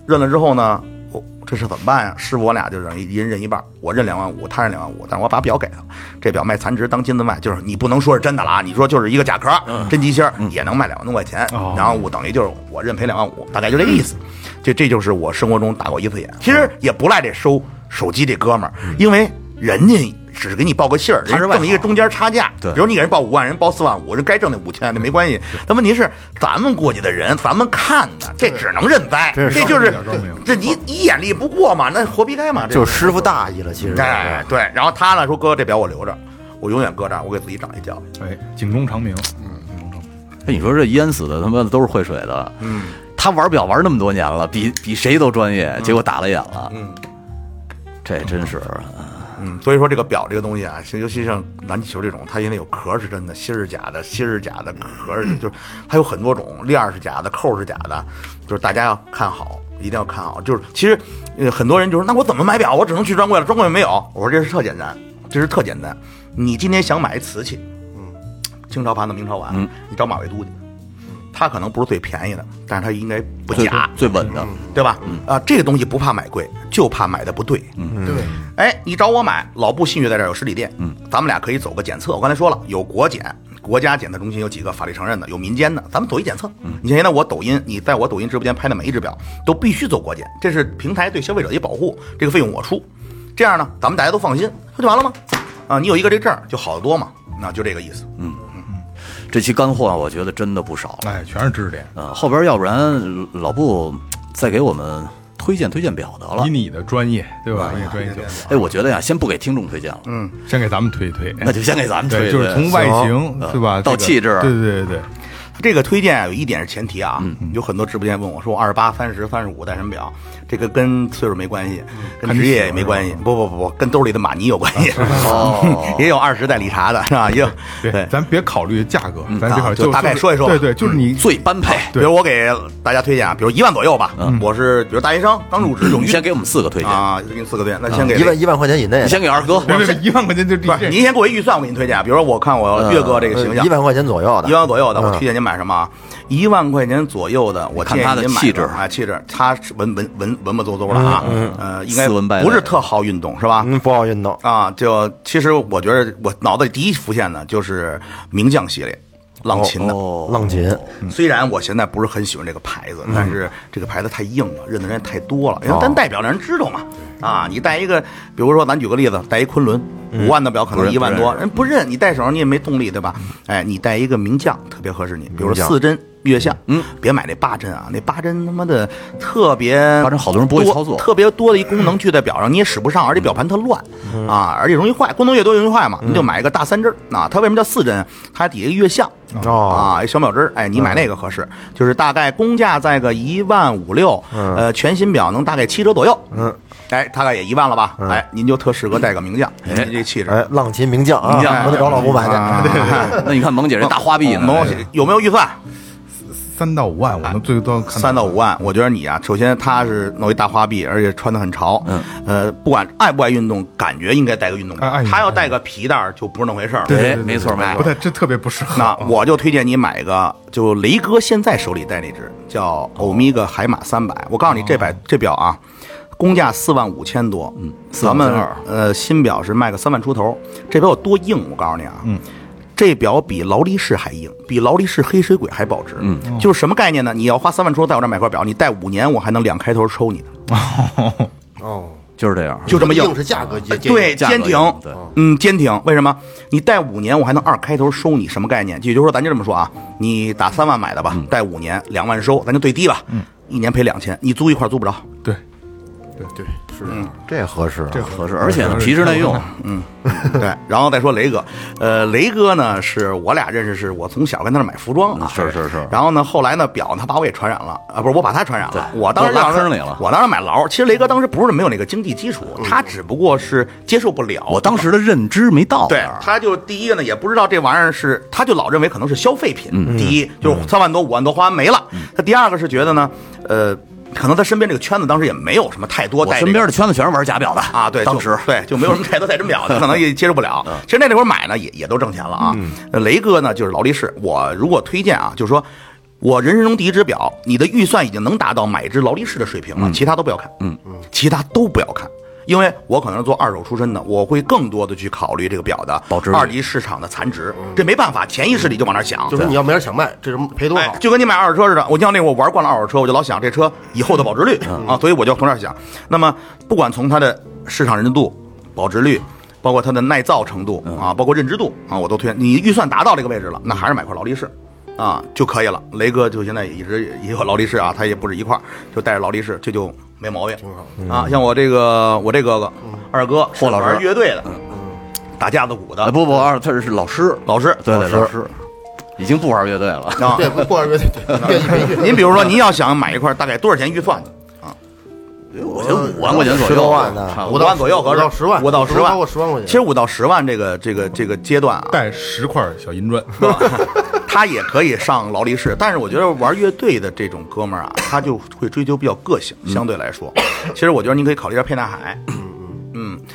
E: 认了之后呢，我这事怎么办呀？师傅我俩就认一人认一半儿，我认两万五，他认两万五，但是我把表给他了，这表卖残值当金子卖，就是你不能说是真的了啊，你说就是一个假壳儿，
C: 嗯
E: 真机芯儿也能卖两万多块钱，
D: 哦
E: 然后我等于就是我认赔两万五，大概就这个意思。这这就是我生活中打过一次
C: 嗯
E: 眼，其实也不赖这收手机这哥们儿，因为人家。只是给你报个信儿，
C: 他是
E: 人
C: 外
E: 挣一个
C: 行
E: 中间差价，
C: 对
E: 比如你给人报五万，人报四万五，人该挣那五千，那没关系。但问题是，咱们过去的人，咱们看的，这只能认栽，
F: 这
E: 这
F: 是
E: 就是
D: 双面
E: 这你你眼力不过嘛，那活逼该嘛，这
F: 就是师傅大意了，其实。
E: 哎对。然后他呢说哥，这表我留着，我永远搁这儿，我给自己长一教训。
D: 哎，警钟长鸣，警钟长鸣，
C: 哎，你说这淹死的他妈的都是会水的，嗯，他玩表玩那么多年了，比比谁都专业，结果打了眼了，
E: 嗯
C: 这真是，
E: 嗯，所以说这个表这个东西啊，其实尤其像篮球这种，它因为有壳是真的，芯儿是假的，芯儿是假的，壳儿是就是它有很多种，链儿是假的，扣儿是假的，就是大家要看好，一定要看好。就是其实呃很多人就说，那我怎么买表？我只能去专柜了，专柜没有。我说这是特简单，这是特简单。你今天想买一瓷器，嗯，清朝盘子明朝
C: 嗯
E: 碗，你找马未都去，它可能不是最便宜的，但是它应该不
C: 最
E: 假，
C: 最嗯稳的，
E: 对吧？啊，这个东西不怕买贵，就怕买的不对。嗯。
A: 对，
E: 哎，你找我买，老布信誉在这儿有实体店，嗯，咱们俩可以走个检测。我刚才说了，有国检，国家检测中心有几个法律承认的，有民间的，咱们走一检测。嗯，你像现在我抖音，你在我抖音直播间拍的每一只表都必须走国检，这是平台对消费者的一保护，这个费用我出。这样呢，咱们大家都放心，不就完了吗？啊，你有一个这证儿就好得多嘛，那就这个意思。嗯，
C: 这期干货啊，我觉得真的不少了，
D: 哎，全是知识点。
C: 呃，后边要不然老布再给我们推荐推荐表得了
D: 以，你的专业，对吧？你的专业角
C: 哎，
D: 度，
C: 我觉得呀，先不给听众推荐了，嗯，
D: 先给咱们推一推，
C: 那就先给咱们推
D: 对，
C: 推，
D: 就是从外形，
C: 行
D: 对吧？
C: 到
D: 这个
C: 气质
D: 对对对对，
E: 这个推荐啊有一点是前提啊，有很多直播间问我说二十八、三十、三十五戴什么表，这个跟岁数没关系，跟职业也没关系，不不不不，跟兜里的马尼有关系。 [laughs]
C: 哦
E: 也有二十戴理查的是吧？也有
D: 别
E: 对，
D: 咱别考虑价格，咱
E: 啊
D: 别考虑，
E: 就大概说一说
D: 对对，就是你
C: 最般配，
E: 比
D: 对
E: 如我给大家推荐啊，比如一万左右吧，我是比如大学生刚入职有
C: 你先给我们四个推荐，
E: 啊，给你四个队，那先给
F: 一万一万块钱以内
C: 你，先给二哥，
D: 别别别一万块钱就
E: 不是，
D: 这
E: 您先给我一预算，我给您推荐啊，比如说我看我岳哥这个形象
F: 呃啊一。万块钱左右的，
E: 一万左右的，我
F: 嗯
E: 推荐您买什么啊？一万块钱左右的，我
C: 看
E: 建议
C: 他的
E: 您买
C: 气质嗯
E: 啊，气质，他是文文文文文绉绉的啊，呃，应该
C: 斯文败类
E: 不是特好运动是吧？
F: 嗯，不好运动。
E: 啊，就其实我觉得我脑子里第一浮现的就是名将系列，浪琴的。
C: 哦，
F: 浪琴，
E: 虽然我现在不是很喜欢这个牌子，但是这个牌子太硬了，认的人也太多了，
C: 哦
E: 因为咱代表让人知道嘛。啊，你戴一个，比如说咱举个例子，戴一昆仑
C: 嗯
E: 五万的表，可能一万多，人不认，你戴手上你也没动力，对吧？哎，你戴一个名将特别合适你，比如说
F: 名将
E: 四针。月相，嗯，别买那八针啊，那八针他妈的特别，
C: 八针好多人不会操作
E: 特别多的一功能具在表上，你也使不上，而且表盘特乱
C: 嗯
E: 啊，而且容易坏，功能越多越容易坏嘛，你就买一个大三针儿啊。它为什么叫四针啊？它底下一个月相，
F: 哦
E: 啊，小秒针儿，哎，你
D: 嗯
E: 买那个合适，就是大概工价在个一万五六，
D: 嗯
E: 呃，全新表能大概七折左右，嗯，哎，大概也一万了
D: 嗯
E: 吧，哎，您就特适合戴个名将，您这气质。
F: 哎，浪琴名将啊，
C: 名将
F: 我得找老胡买
D: 哎
E: 啊
F: 去。
E: [laughs]
C: 那你看萌姐这大花臂呢，
E: 能有没有预算？
D: 三到五万，我能最多看
E: 三到五万，我觉得你啊，首先他是弄一大花臂，而且穿的很潮，嗯，呃，不管爱不爱运动，感觉应该带个运动
D: 哎爱
E: 表。
D: 运动
E: 他要带个皮带儿就不是那回事儿了。
D: 对对
C: 哎
D: 对，
C: 没错
D: 对
C: 没错
D: 不太，这特别不适合。
E: [laughs] 那我就推荐你买一个，就雷哥现在手里戴那只叫欧米伽海马三百。我告诉你，这百这表啊，工价四万五千多，嗯，咱们呃新表是卖个三万出头，这表有多硬？我告诉你啊，嗯。这表比劳力士还硬，比劳力士黑水鬼还保值。嗯，就是什么概念呢？你要花三万出头在我这儿买块表，你戴五年，我还能两开头抽你的，
A: 哦，
C: 就是这样，
E: 就这么硬
A: 硬。是价格也
E: 对，
C: 价格
E: 坚挺
C: 硬对，
E: 嗯，坚挺。为什么？你带五年，我还能二开头收你，什么概念？也就是说，咱就这么说啊，你打三万买的吧，
C: 嗯
E: 带五年两万收，咱就最低吧，一年赔两千，你租一块儿租
C: [laughs]
E: 不着。
D: 对，
A: 对，是
F: 这合适啊，
D: 这
C: 合适，而且呢皮质耐用，
E: 对，然后再说雷哥，呃，雷哥呢是我俩认识，是我从小跟他那儿买服装啊，
C: 嗯是是是
E: 然后呢，后来呢，表他把我也传染了啊，不是我把他传染了，
C: 对
E: 我当时
C: 都拉
E: 要是
C: 坑里了嗯
E: 我当时买劳，其实雷哥当时不是没有那个经济基础，他只不过是接受不了。
C: 我当时的认知没到那
E: 对
C: 儿，
E: 他就第一个呢，也不知道这玩意儿是，他就老认为
C: 嗯
E: 可能是消费品。第一就是三万多、五万多花完没了。他第二个是觉得呢，呃，可能他身边这个圈子当时也没有什么太多
C: 我
E: 带这个
C: 身边的圈子全是玩假表的
E: 啊，对，
C: 当
E: 就
C: 时嗯
E: 对就没有什么太多太真
C: [laughs]
E: 表的，可能也接受不了。其实那那会儿买呢，也也都挣钱了啊。呃雷哥呢，就是劳力士，我如果推荐啊，就是说。我人生中第一只表，你的预算已经能达到买一只劳力士的水平了，其他都不要看，嗯嗯，其他都不要看，因为我可能是做二手出身的，我会更多的去考虑这个表的
C: 保值率嗯
E: 二级市场的残值，这没办法，潜意识里就往那儿想，
A: 就是你要没人想卖，这人赔多少
E: 哎？就跟你买二手车似的，我像那个我玩惯了二手车，我就老想这车以后的保值率、
C: 嗯
E: 啊，所以我就从这儿想。那么不管从它的市场认知度、保值率，包括它的耐造程度
C: 嗯
E: 啊，包括认知度啊，我都推荐。你预算达到这个位置了，那还是买块劳力士。啊就可以了。雷哥就现在也一直也有劳力士啊，他也不是一块儿，就带着劳力士，这就没毛病。啊，像我这个我这哥哥、二哥，
C: 嗯霍老师嗯
E: 是玩乐队的，嗯打架子鼓的
C: 哎，不不，二他是老师，
E: 老师，
C: 对对老师，已经不玩乐队了。
E: 啊，
A: 对，不不二月对对，愿意培训。
E: 您比如说，您要想买一块，大概多少钱预算？
C: 我觉得五万块钱左右，
F: 十多万呢
C: 差不
E: 啊五
C: 多
E: 万左右合
A: 五
E: 适，
A: 到十万，
E: 五到十
A: 不
E: 万，
A: 超过十万块钱。
E: 其实五到十万这个这个这个阶段啊，
D: 带十块小银砖，
E: 他也可以上劳力士，但是我觉得玩乐队的这种哥们儿啊，他就会追求比较个性，
A: 嗯
E: 相对来说，其实我觉得您可以考虑一下沛纳
A: [laughs]
E: 海，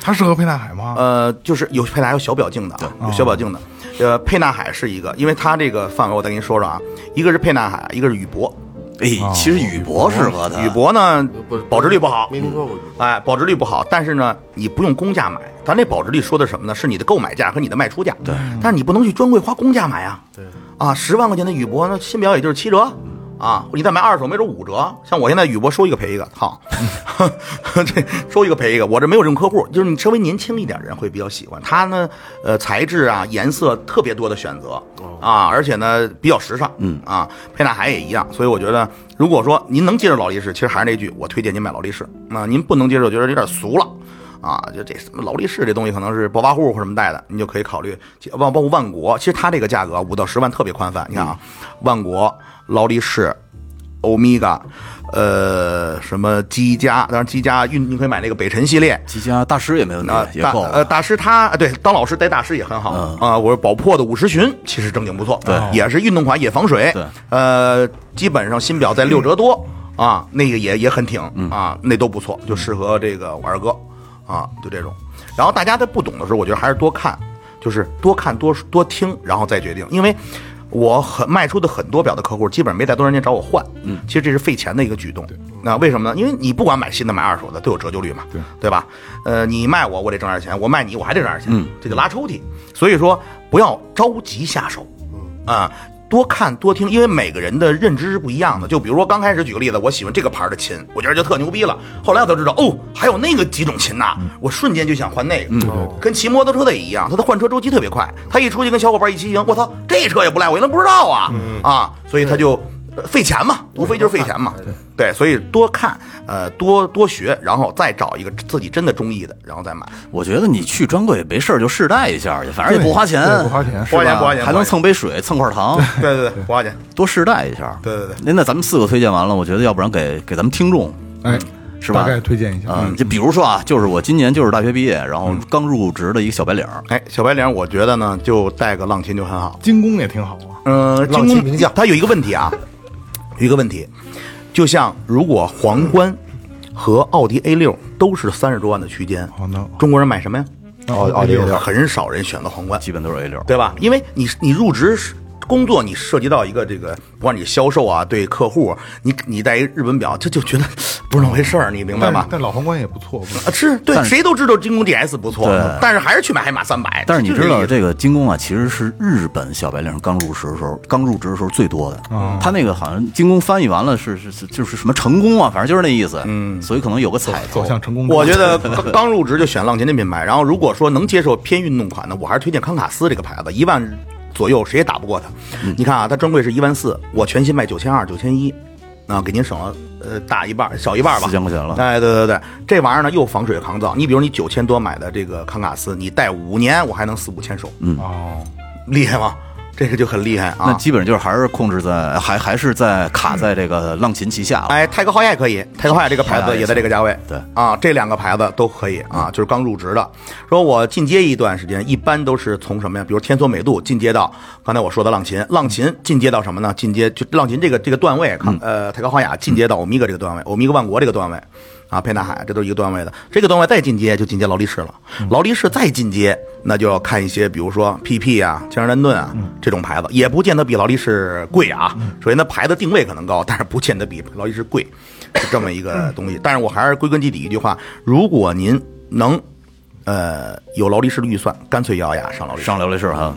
D: 它适合沛纳海吗？
E: 呃，就是有沛纳海有小表镜的啊，有小表镜的，呃，沛纳海是一个，因为它这个范围我再跟你说说啊，一个是沛纳海，一个是宇
A: 啊
E: 舶，
C: 哎，其实宇舶适合他，
E: 宇舶呢
A: 不是
E: 保值率不好，
A: 没听说过。
E: 哎，保值率不好，但是呢，你不用公价买，咱这保值率说的什么呢？是你的购买价和你的卖出价。对，但是你不能去专柜花公价买啊。对，啊，十万块钱的宇舶，那新表也就是七折。啊，你再买二手没准五折。像我现在宇舶收一个赔一个，操， [laughs] 这收一个赔一个。我这没有这种客户，就是你稍微年轻一点人会比较喜欢它呢。呃，材质啊、颜色特别多的选择啊，而且呢比较时尚。嗯啊，沛纳海也一样。所以我觉得，如果说您能接受劳力士，其实还是那句，我推荐您买劳力士。那、您不能接受，觉得有点俗了。啊，就这什么劳力士这东西，可能是暴发户或什么带的，你就可以考虑。其包包括万国，其实它这个价格五到十万特别宽泛。你看啊，万国、劳力士、欧米伽，呃，什么积家，当然积家运，你可以买那个北辰系列。
C: 吉家大师也没问
E: 啊，
C: 题，也
E: 大
C: 够。嗯
E: 呃，大师他对当老师带大师也很好啊、我说宝珀的五十巡其实正经不错，对，也是运动款，也防水，
C: 对，
E: 呃，基本上新表在六折多、啊，那个也也很挺、
C: 嗯
E: 啊，那都不错，就适合这个我二哥啊，就这种。然后大家在不懂的时候，我觉得还是多看，就是多看多多听，然后再决定，因为。我很卖出的很多表的客户，基本上没再多长时间找我换。嗯，其实这是费钱的一个举动。那为什么呢？因为你不管买新的买二手的都有折旧率嘛，对对吧？呃，你卖我，我得挣点钱；我卖你，我还得挣点钱。嗯，这就拉抽屉。所以说，不要着急下手。啊、多看多听，因为每个人的认知是不一样的。就比如说刚开始举个例子，我喜欢这个牌儿的琴，我觉得就特牛逼了。后来我才知道，哦，还有那个几种琴呐、我瞬间就想换那个。跟骑摩托车的也一样，他的换车周期特别快。他一出去跟小伙伴一骑行，我操，这车也不赖，我原来不知道啊、啊，所以他就。呃费钱嘛，无非就是费钱嘛，对，所以多看，呃，多多学，然后再找一个自己真的中意的，然后再买。
C: 我觉得你去专柜没事儿就试戴一下去，反正也不花钱，
D: 对不花钱
C: 是吧
E: 不花钱不花钱
C: 还
E: 不花
C: 能
E: 钱
C: 蹭杯水，蹭块糖，
E: 对对对，不花钱。
C: 多试戴一下。
E: 对对对
C: 那那咱们四个推荐完了，我觉得要不然给给咱们听众，
D: 哎，
C: 是吧
D: 大概推荐一下，
C: 嗯，就比如说啊，就是我今年就是大学毕业，然后刚入职的一个小白领儿，
D: 嗯
E: 哎，小白领，我觉得呢，就带个浪琴就很好。
D: 精工也挺好啊。
E: 呃，
F: 浪
E: 精
F: 迹
E: 工
F: 名将
E: 它有一个问题啊，有一个问题，就像如果皇冠和奥迪 A 六都是三十多万的区间
D: 哦那，
E: 中国人买什么呀？
F: 奥奥迪 A 六，
E: 很少人选择皇冠，
C: 基本都是 A 六。
E: 对吧？因为你你入职是工作，你涉及到一个这个，不管你销售啊，对客户，你你带一日本表，这就觉得不是那么回事儿，你明白
D: 但
E: 吗？
D: 但老皇冠也不错，
E: 啊，是对，
C: 但是
E: 谁都知道精工 DS 不错
C: 对，
E: 但是还是去买海马三百。
C: 但是你
E: 就
C: 知
E: 个
C: 道
E: 意思
C: 这个精工啊，其实是日本小白领刚入职的时候，刚入职的时候最多的。
D: 啊
C: 他那个好像精工翻译完了是是是就是什么成功啊，反正就是那意思。嗯，所以可能有个彩头
D: 走。向成功之路。
E: [laughs] 我觉得刚刚入职就选浪琴这品牌，然后如果说能接受偏运动款的，我还是推荐康卡斯这个牌子，一万左右谁也打不过它。
C: 嗯
E: 你看啊，它专柜是一万四，我全新卖九千二、九千一，啊，给您省了呃大一半，小一半吧，
C: 4000块钱了
E: 哎，对对对，这玩意儿呢又防水抗造。你比如你九千嗯多买的这个康卡斯，你戴五年，我还能四五千手，
D: 嗯哦，
E: 厉害吗？这个就很厉害
C: 嗯那
E: 啊。
C: 基本就是还是控制在，还还是在卡在这个浪琴旗下了。
E: 哎，泰格豪亚也可以，泰格豪亚这个
C: 好
E: 牌
C: 呀
E: 子也在这个价位。
C: 对
E: 啊，这两个牌子都可以啊，就是刚入职的。说我进阶一段时间，一般都是从什么呀？比如天梭美度进阶到刚才我说的浪琴，浪琴进阶到什么呢？进阶就浪琴这个这个段位，看呃，泰格豪亚进阶到欧米伽这个段位，欧米伽万国这个段位。啊，沛纳海，这都是一个段位的。这个段位再进阶就进阶劳力士了，劳力士再进阶，那就要看一些，比如说 PP 啊、江诗丹顿啊这种牌子，也不见得比劳力士贵啊。首先，它牌子定位可能高，但是不见得比劳力士贵，是这么一个东西。但是我还是归根结底一句话：如果您能，呃，有劳力士的预算，干脆咬牙上劳力士。嗯
C: 上流的是哈，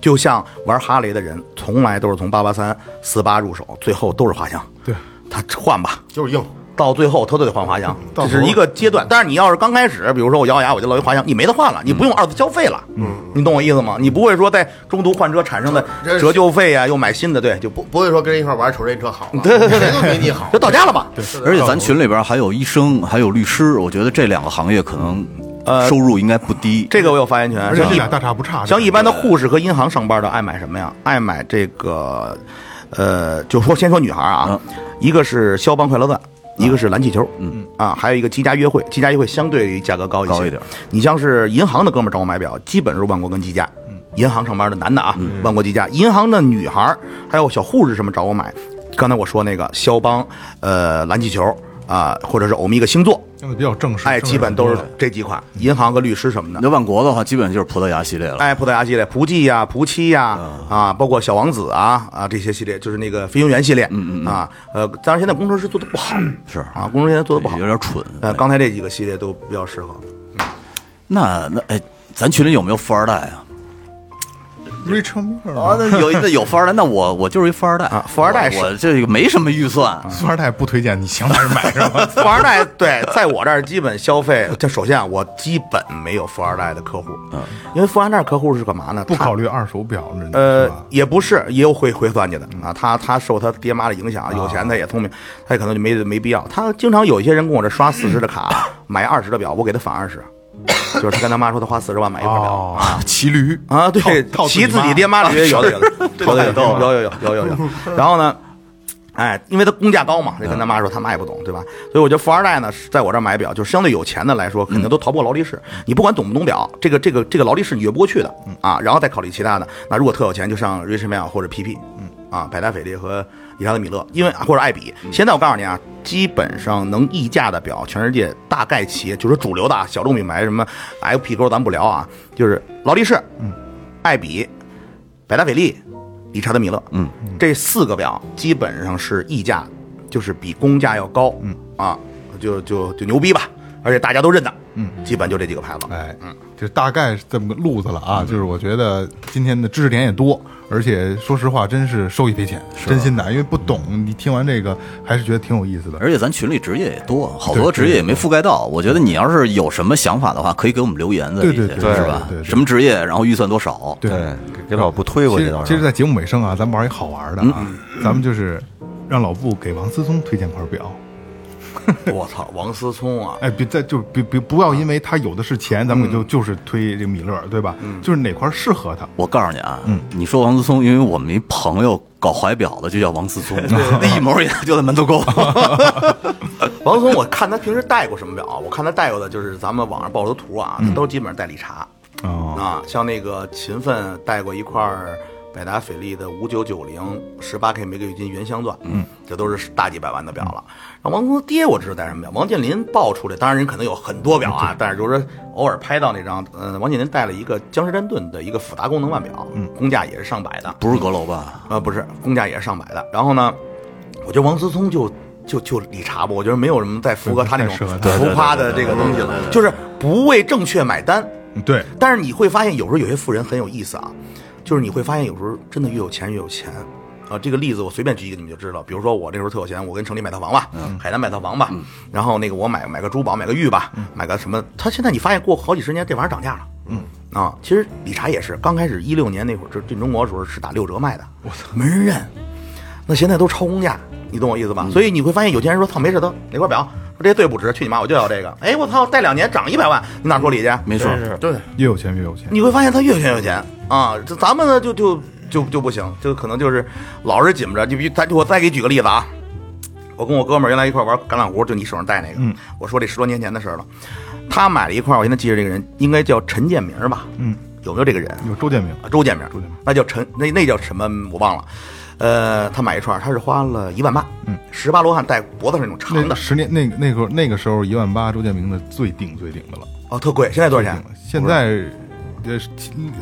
E: 就像玩哈雷的人，从来都是从八八三、四八入手，最后都是滑翔。
D: 对，
E: 他换吧，
A: 就是硬，
E: 到最后他都得换滑翔，
A: 到
E: 这
A: 头
E: 是一个阶段。但是你要是刚开始，比如说我咬咬牙我就落一滑翔，你没得换了，你不用二次消费了，嗯，你懂我意思吗？你不会说在中途换车产生的
A: 这是
E: 折旧费呀、又买新的，对，就不
A: 不会说跟人一块玩瞅这车好了，
E: 对对对
A: 谁都没你好
E: 就。到家了吧？
C: 而且咱群里边还有医生，还有律师，我觉得这两个行业可能收入应该不低。
E: 这个我有发言权。
D: 而且
E: 像
D: 这
E: 一
D: 俩大差不差，
E: 像一般的护士和银行上班的爱买什么呀？爱买这个，呃，就说先说女孩啊，一个是肖邦快乐钻。一个是蓝气球，嗯啊，还有一个积家约会，积家约会相对于价格高一些。
C: 高一点
E: 你像是银行的哥们儿找我买表，基本是万国跟积家。银行上班的男的啊，万国积家，银行的女孩儿还有小护士什么找我买。刚才我说那个肖邦，呃，蓝气球啊、或者是欧米伽星座，
D: 相对比较正式，
E: 哎，基本都是
D: 正式
E: 这几款。银行和律师什么的，
C: 那万国的话，基本就是葡萄牙系列了。
E: 哎，葡萄牙系列，葡记呀、葡七呀、啊，包括小王子啊啊这些系列，就是那个飞行员系列，嗯嗯啊，呃，当然现在工程师做的不好，
C: 是
E: 啊，工程师现在做的不好
C: 有，点蠢。
E: 呃，刚才这几个系列都比较适 [laughs] 合。
C: 那那哎，咱群里有没有富二代啊？
D: Rich Miller
C: 啊，
D: 嘛
C: 那有那有富二代，那我我就是一富二代
E: 啊富二代是
C: 我我这个没什么预算，
E: 嗯
D: 富二代不推荐，你想买就买是
E: [laughs]
D: 吧？
E: 富二代对，在我这儿基本消费，这首先啊，我基本没有富二代的客户，嗯，因为富二代客户是干嘛呢？
D: 不
E: 他
D: 考虑二手表，人家
E: 呃
D: 是吧，嗯
E: 也不是，也有会会算计的啊。他他受他爹妈的影响，有
D: 啊
E: 钱他也聪明，他可能就没没必要。他经常有一些人跟我这刷四十
D: [coughs]
E: 的卡，买二十的表，我给他返二十， [coughs] 就是他跟他妈说他花四十万买一块表
D: 哦，骑驴
E: 啊。对，
D: 套套
E: 骑
D: 自己
E: 自
D: 妈啊
E: 己爹妈里有的有的，有的有的有有有有有有。然后呢？哎，因为他工价高嘛，就跟他妈说，他妈也不懂，对吧？所以我觉得富二代呢，是在我这儿买表，就相对有钱的来说，肯
D: 嗯
E: 定都逃不过劳力士。你不管懂不懂表，这个这个这个劳力士你越不过去的啊。然后再考虑其他的，那如果特有钱，就上 Richmond 或者 PP，嗯啊，百达翡丽和理查德米勒，因为或者爱彼。
D: 嗯
E: 现在我告诉你啊，基本上能溢价的表，全世界大概企业就是主流的啊，小众品牌什么 FP 勾咱不聊啊，就是劳力士，嗯，爱彼，百达翡丽、理查德米勒，嗯，这四个表基本上是溢价，就是比公价要高，嗯啊，就就就牛逼吧，而且大家都认的，嗯，基本就这几个牌子， [laughs] 嗯
D: 哎，这大概是这么个路子了啊。就是我觉得今天的知识点也多，而且说实话，真是受益匪浅，真心的，因为不懂，你听完这个还是觉得挺有意思的。
C: 而且咱群里职业也多，好
D: 对
C: 多职业也
D: 对
C: 没覆盖到。我觉得你要是有什么想法的话，可以给我们留言在
D: 对
C: 底
D: 对
C: 下，
D: 对
C: 是吧
D: 对对？对
C: 什么职业，然后预算多少？
D: 对，
F: 给给老布推过
D: 嗯其
F: 去
D: 实
F: 倒
D: 其实，
F: 是。
D: 在节目尾声啊，咱们玩一好玩的啊，咱们就是让老布给王思聪推荐块表。
E: 我操，王思聪啊，
D: 哎，别再就别别不要因为他有的是钱，咱们就就是推这个米勒，对吧？就是哪块适合他。
C: 我告诉你啊，
D: 嗯
C: 你说王思聪，因为我们一朋友搞怀表的就叫王思聪，那一模一样，就在门
D: [laughs]
C: 头沟。
E: 王思聪，我看他平时戴过什么表啊？我看他戴过的就是咱们网上爆的图啊，他都基本上戴理查、
D: 哦，
E: 啊，像那个勤奋戴过一块儿百达翡丽的五九九零十八 K 每个月金原镶钻，嗯，这都是大几百万的表了。然后王思聪爹我知道戴什么表，王健林爆出来，当然人可能有很多表
D: 嗯
E: 啊，但是就是说偶尔拍到那张，嗯、王健林戴了一个江诗丹顿的一个复杂功能腕表，嗯，工价也是上百的，
C: 不是阁楼吧？
E: 啊，不是，工价也是上百的。然后呢，我觉得王思聪就就就理查吧，我觉得没有什么再符合他那种
D: 嗯太适合他
E: 浮夸的这个东西了，就是不为正确买单。
D: 嗯对，
E: 但是你会发现，有时候有些富人很有意思啊，就是你会发现有时候真的越有钱越有钱。啊，这个例子我随便举一个你们就知道。比如说我那时候特有钱，我跟城里买套房吧，海南买套房吧，然后那个我买买个珠宝，买个玉吧，买个什么。他现在你发现过好几十年，这玩意儿涨价了。嗯啊，其实理查也是，刚开始一六年那会儿，就进中国的时候是打六折卖的，我操，没人认。那现在都超工价，你懂我意思吧？所以你会发现有钱人说操没事都哪块表，说这对不值，去你妈我就要这个。哎我操，戴两年涨一百万，你哪说理去？
C: 没错，
A: 对，
D: 越有钱越有钱。
E: 你会发现他越有钱越有钱啊！这咱们呢就就就就不行，就可能就是老是紧着。就比咱我再给你举个例子啊，我跟我哥们儿原来一块玩橄榄核，就你手上戴那个，
D: 嗯
E: 我说这十多年前的事儿了。他买了一块，我现在记着这个人应该叫陈建明吧？
D: 嗯，
E: 有没有这个人？
D: 有周建明，
E: 啊，周建明，
D: 周建明
E: 那叫陈，那那叫什么我忘了。呃，他买一串，他是花了一万八，嗯，十八罗汉戴脖子上那种长
D: 那
E: 的，
D: 十年那个那个那个时候一万八，周建明的最顶最顶的了。嗯
E: 哦，特贵。现在多少钱？
D: 现在呃，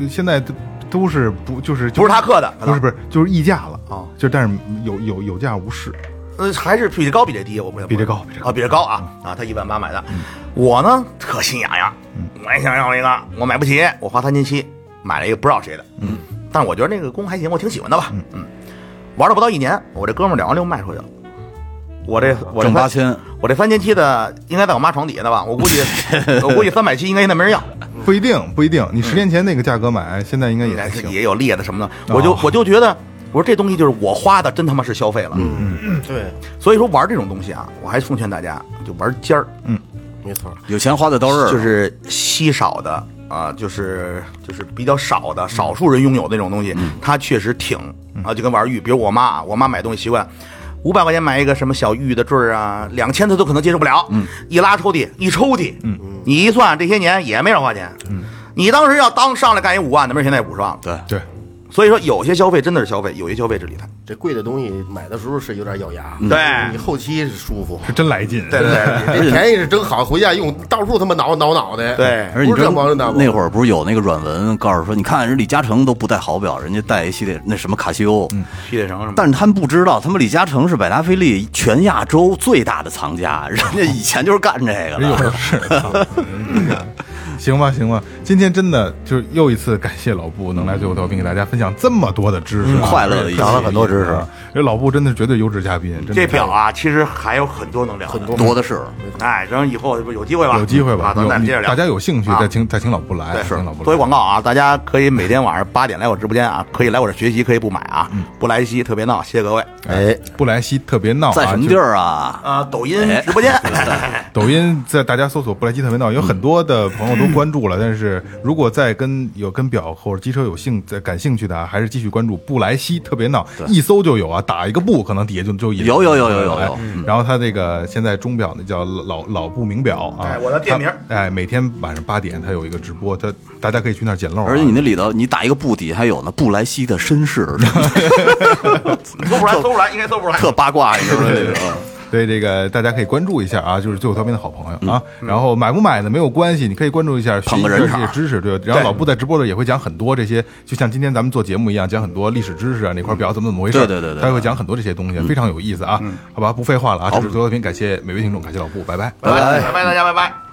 D: 现在都都是不就是
E: 不是他刻的
D: 不是不是就是溢价了
E: 哦
D: 就但是有有有价无市，
E: 呃，还是比这高比这低，我不
D: 比这高比这高嗯
E: 啊，比这高啊啊！他一万八买的，我呢特心痒痒，我也想要一个，我买不起，我花三千七买了一个不知道谁的，嗯，但我觉得那个弓还行，我挺喜欢的吧，嗯，玩了不到一年，我这哥们儿两万六卖出去了，我
D: 嗯
E: 这我这
C: 挣
E: 三
C: 八千，
E: 我这三千七的应该在我妈床底下呢吧，我估
D: [laughs]
E: 计我估计三百七应该现在没人要，
D: 嗯不一定不一定，你十年前那个价格买，现在应该
C: 嗯
D: 也还行。哦
E: 也有裂的什么的，我就我就觉得。我说这东西就是我花的，真他妈是消费了。
D: 嗯
A: 对，
E: 所以说玩这种东西啊，我还奉劝大家就玩尖儿，
D: 嗯
A: 没错，
C: 有钱花在刀刃上，
E: 就是稀少的啊，就是就是比较少
D: 嗯
E: 的少数人拥有的那种东西，它确实挺啊，就跟玩玉，比如我妈啊，我妈买东西习惯。五百块钱买一个什么小玉的坠儿啊，两千她都可能接受不了。嗯，一拉抽屉，一抽屉，嗯，你一算这些年也没少花钱。嗯，你当时要当上来干一五万的，没准现在五十万了。
C: 对，
D: 对，
E: 所以说有些消费真的是消费，有些消费是理财。
A: 这贵的东西买的时候是有点咬牙，
E: 嗯对
A: 你后期是舒服，
D: 是真来劲。
E: 对对对
A: 这便宜是真好，回家用到处他妈挠挠脑袋，
E: 对
C: 而且你
A: 不
C: 知
A: 是这
C: 道
A: 毛就那
C: 那会儿不是有那个软文告诉说，你看人李嘉诚都不戴好表，人家戴一系列那什么卡西欧，
D: 嗯
E: 徐铁成什么？
C: 但是他们不知道，他们李嘉诚是百达翡丽全亚洲最大的藏家，人家以前就是干这个
D: 有
C: 的。
D: 的是，行吧行吧，今天真的就是又一次感谢老布能来最后调频给大家分享这么多的知识啊，
C: 嗯快乐的一期讲了
F: 很多知识
D: 啊，这老布真的是绝对优质嘉宾，真的
E: 这表啊，其实还有很多能聊的。
A: 很多
C: 多的是，
E: 哎，然后以后有机会吧，
D: 有机会吧
E: 啊，咱咱们接着
D: 有
E: 聊。
D: 大家有兴趣
E: 啊
D: 再请再请老布来，
E: 对，
D: 请老布来
E: 哎作为广告啊，大家可以每天晚上八点来我直播间啊，可以来我这学习，可以不买啊，不来西特别闹，谢谢各位。
F: 哎，
D: 布莱希特别闹啊，
C: 在什么
D: 就
C: 地儿啊？
E: 啊，抖音直播间，
D: 抖音在大家搜索“布莱基特频道”，有很多的朋友都关注了。但是如果在跟有跟表或者机车有兴在感兴趣的啊，还是继续关注布莱希特别闹，一搜就有啊，打一个布可能底下就就也
C: 有有有有有
D: 哎
C: 有
D: 然后他这个现在钟表呢叫老老布名表啊，
E: 哎我的店名
D: 他哎，每天晚上八点他有一个直播，他大家可以去那儿捡漏啊。
C: 而且你那里头，你打一个布底还有呢，布莱希的绅
E: [laughs]
C: 士，[laughs]
E: 搜不出来，搜不出来，应该搜不出来。
C: 特八卦，你知道吗？
E: [laughs]
C: 这个
D: 对这个大家可以关注一下啊，就是最后调频的好朋友啊。然后买不买呢没有关系，你可以关注一下，学
C: 嗯捧
D: 习一
C: 个
D: 下
C: 人
D: 这
C: 场
D: 些知识。对，然后老布在直播的时候也会讲很多这些，就像今天咱们做节目一样，讲很多历史知识啊，哪块表怎么怎么回事儿。
C: 对对对嗯对
D: 他会讲很多这些东西，非常有意思啊。好吧，不废话了啊，这是最后调频，感谢每位听众，感谢老布，拜拜。
E: 拜拜，拜拜，大家拜拜。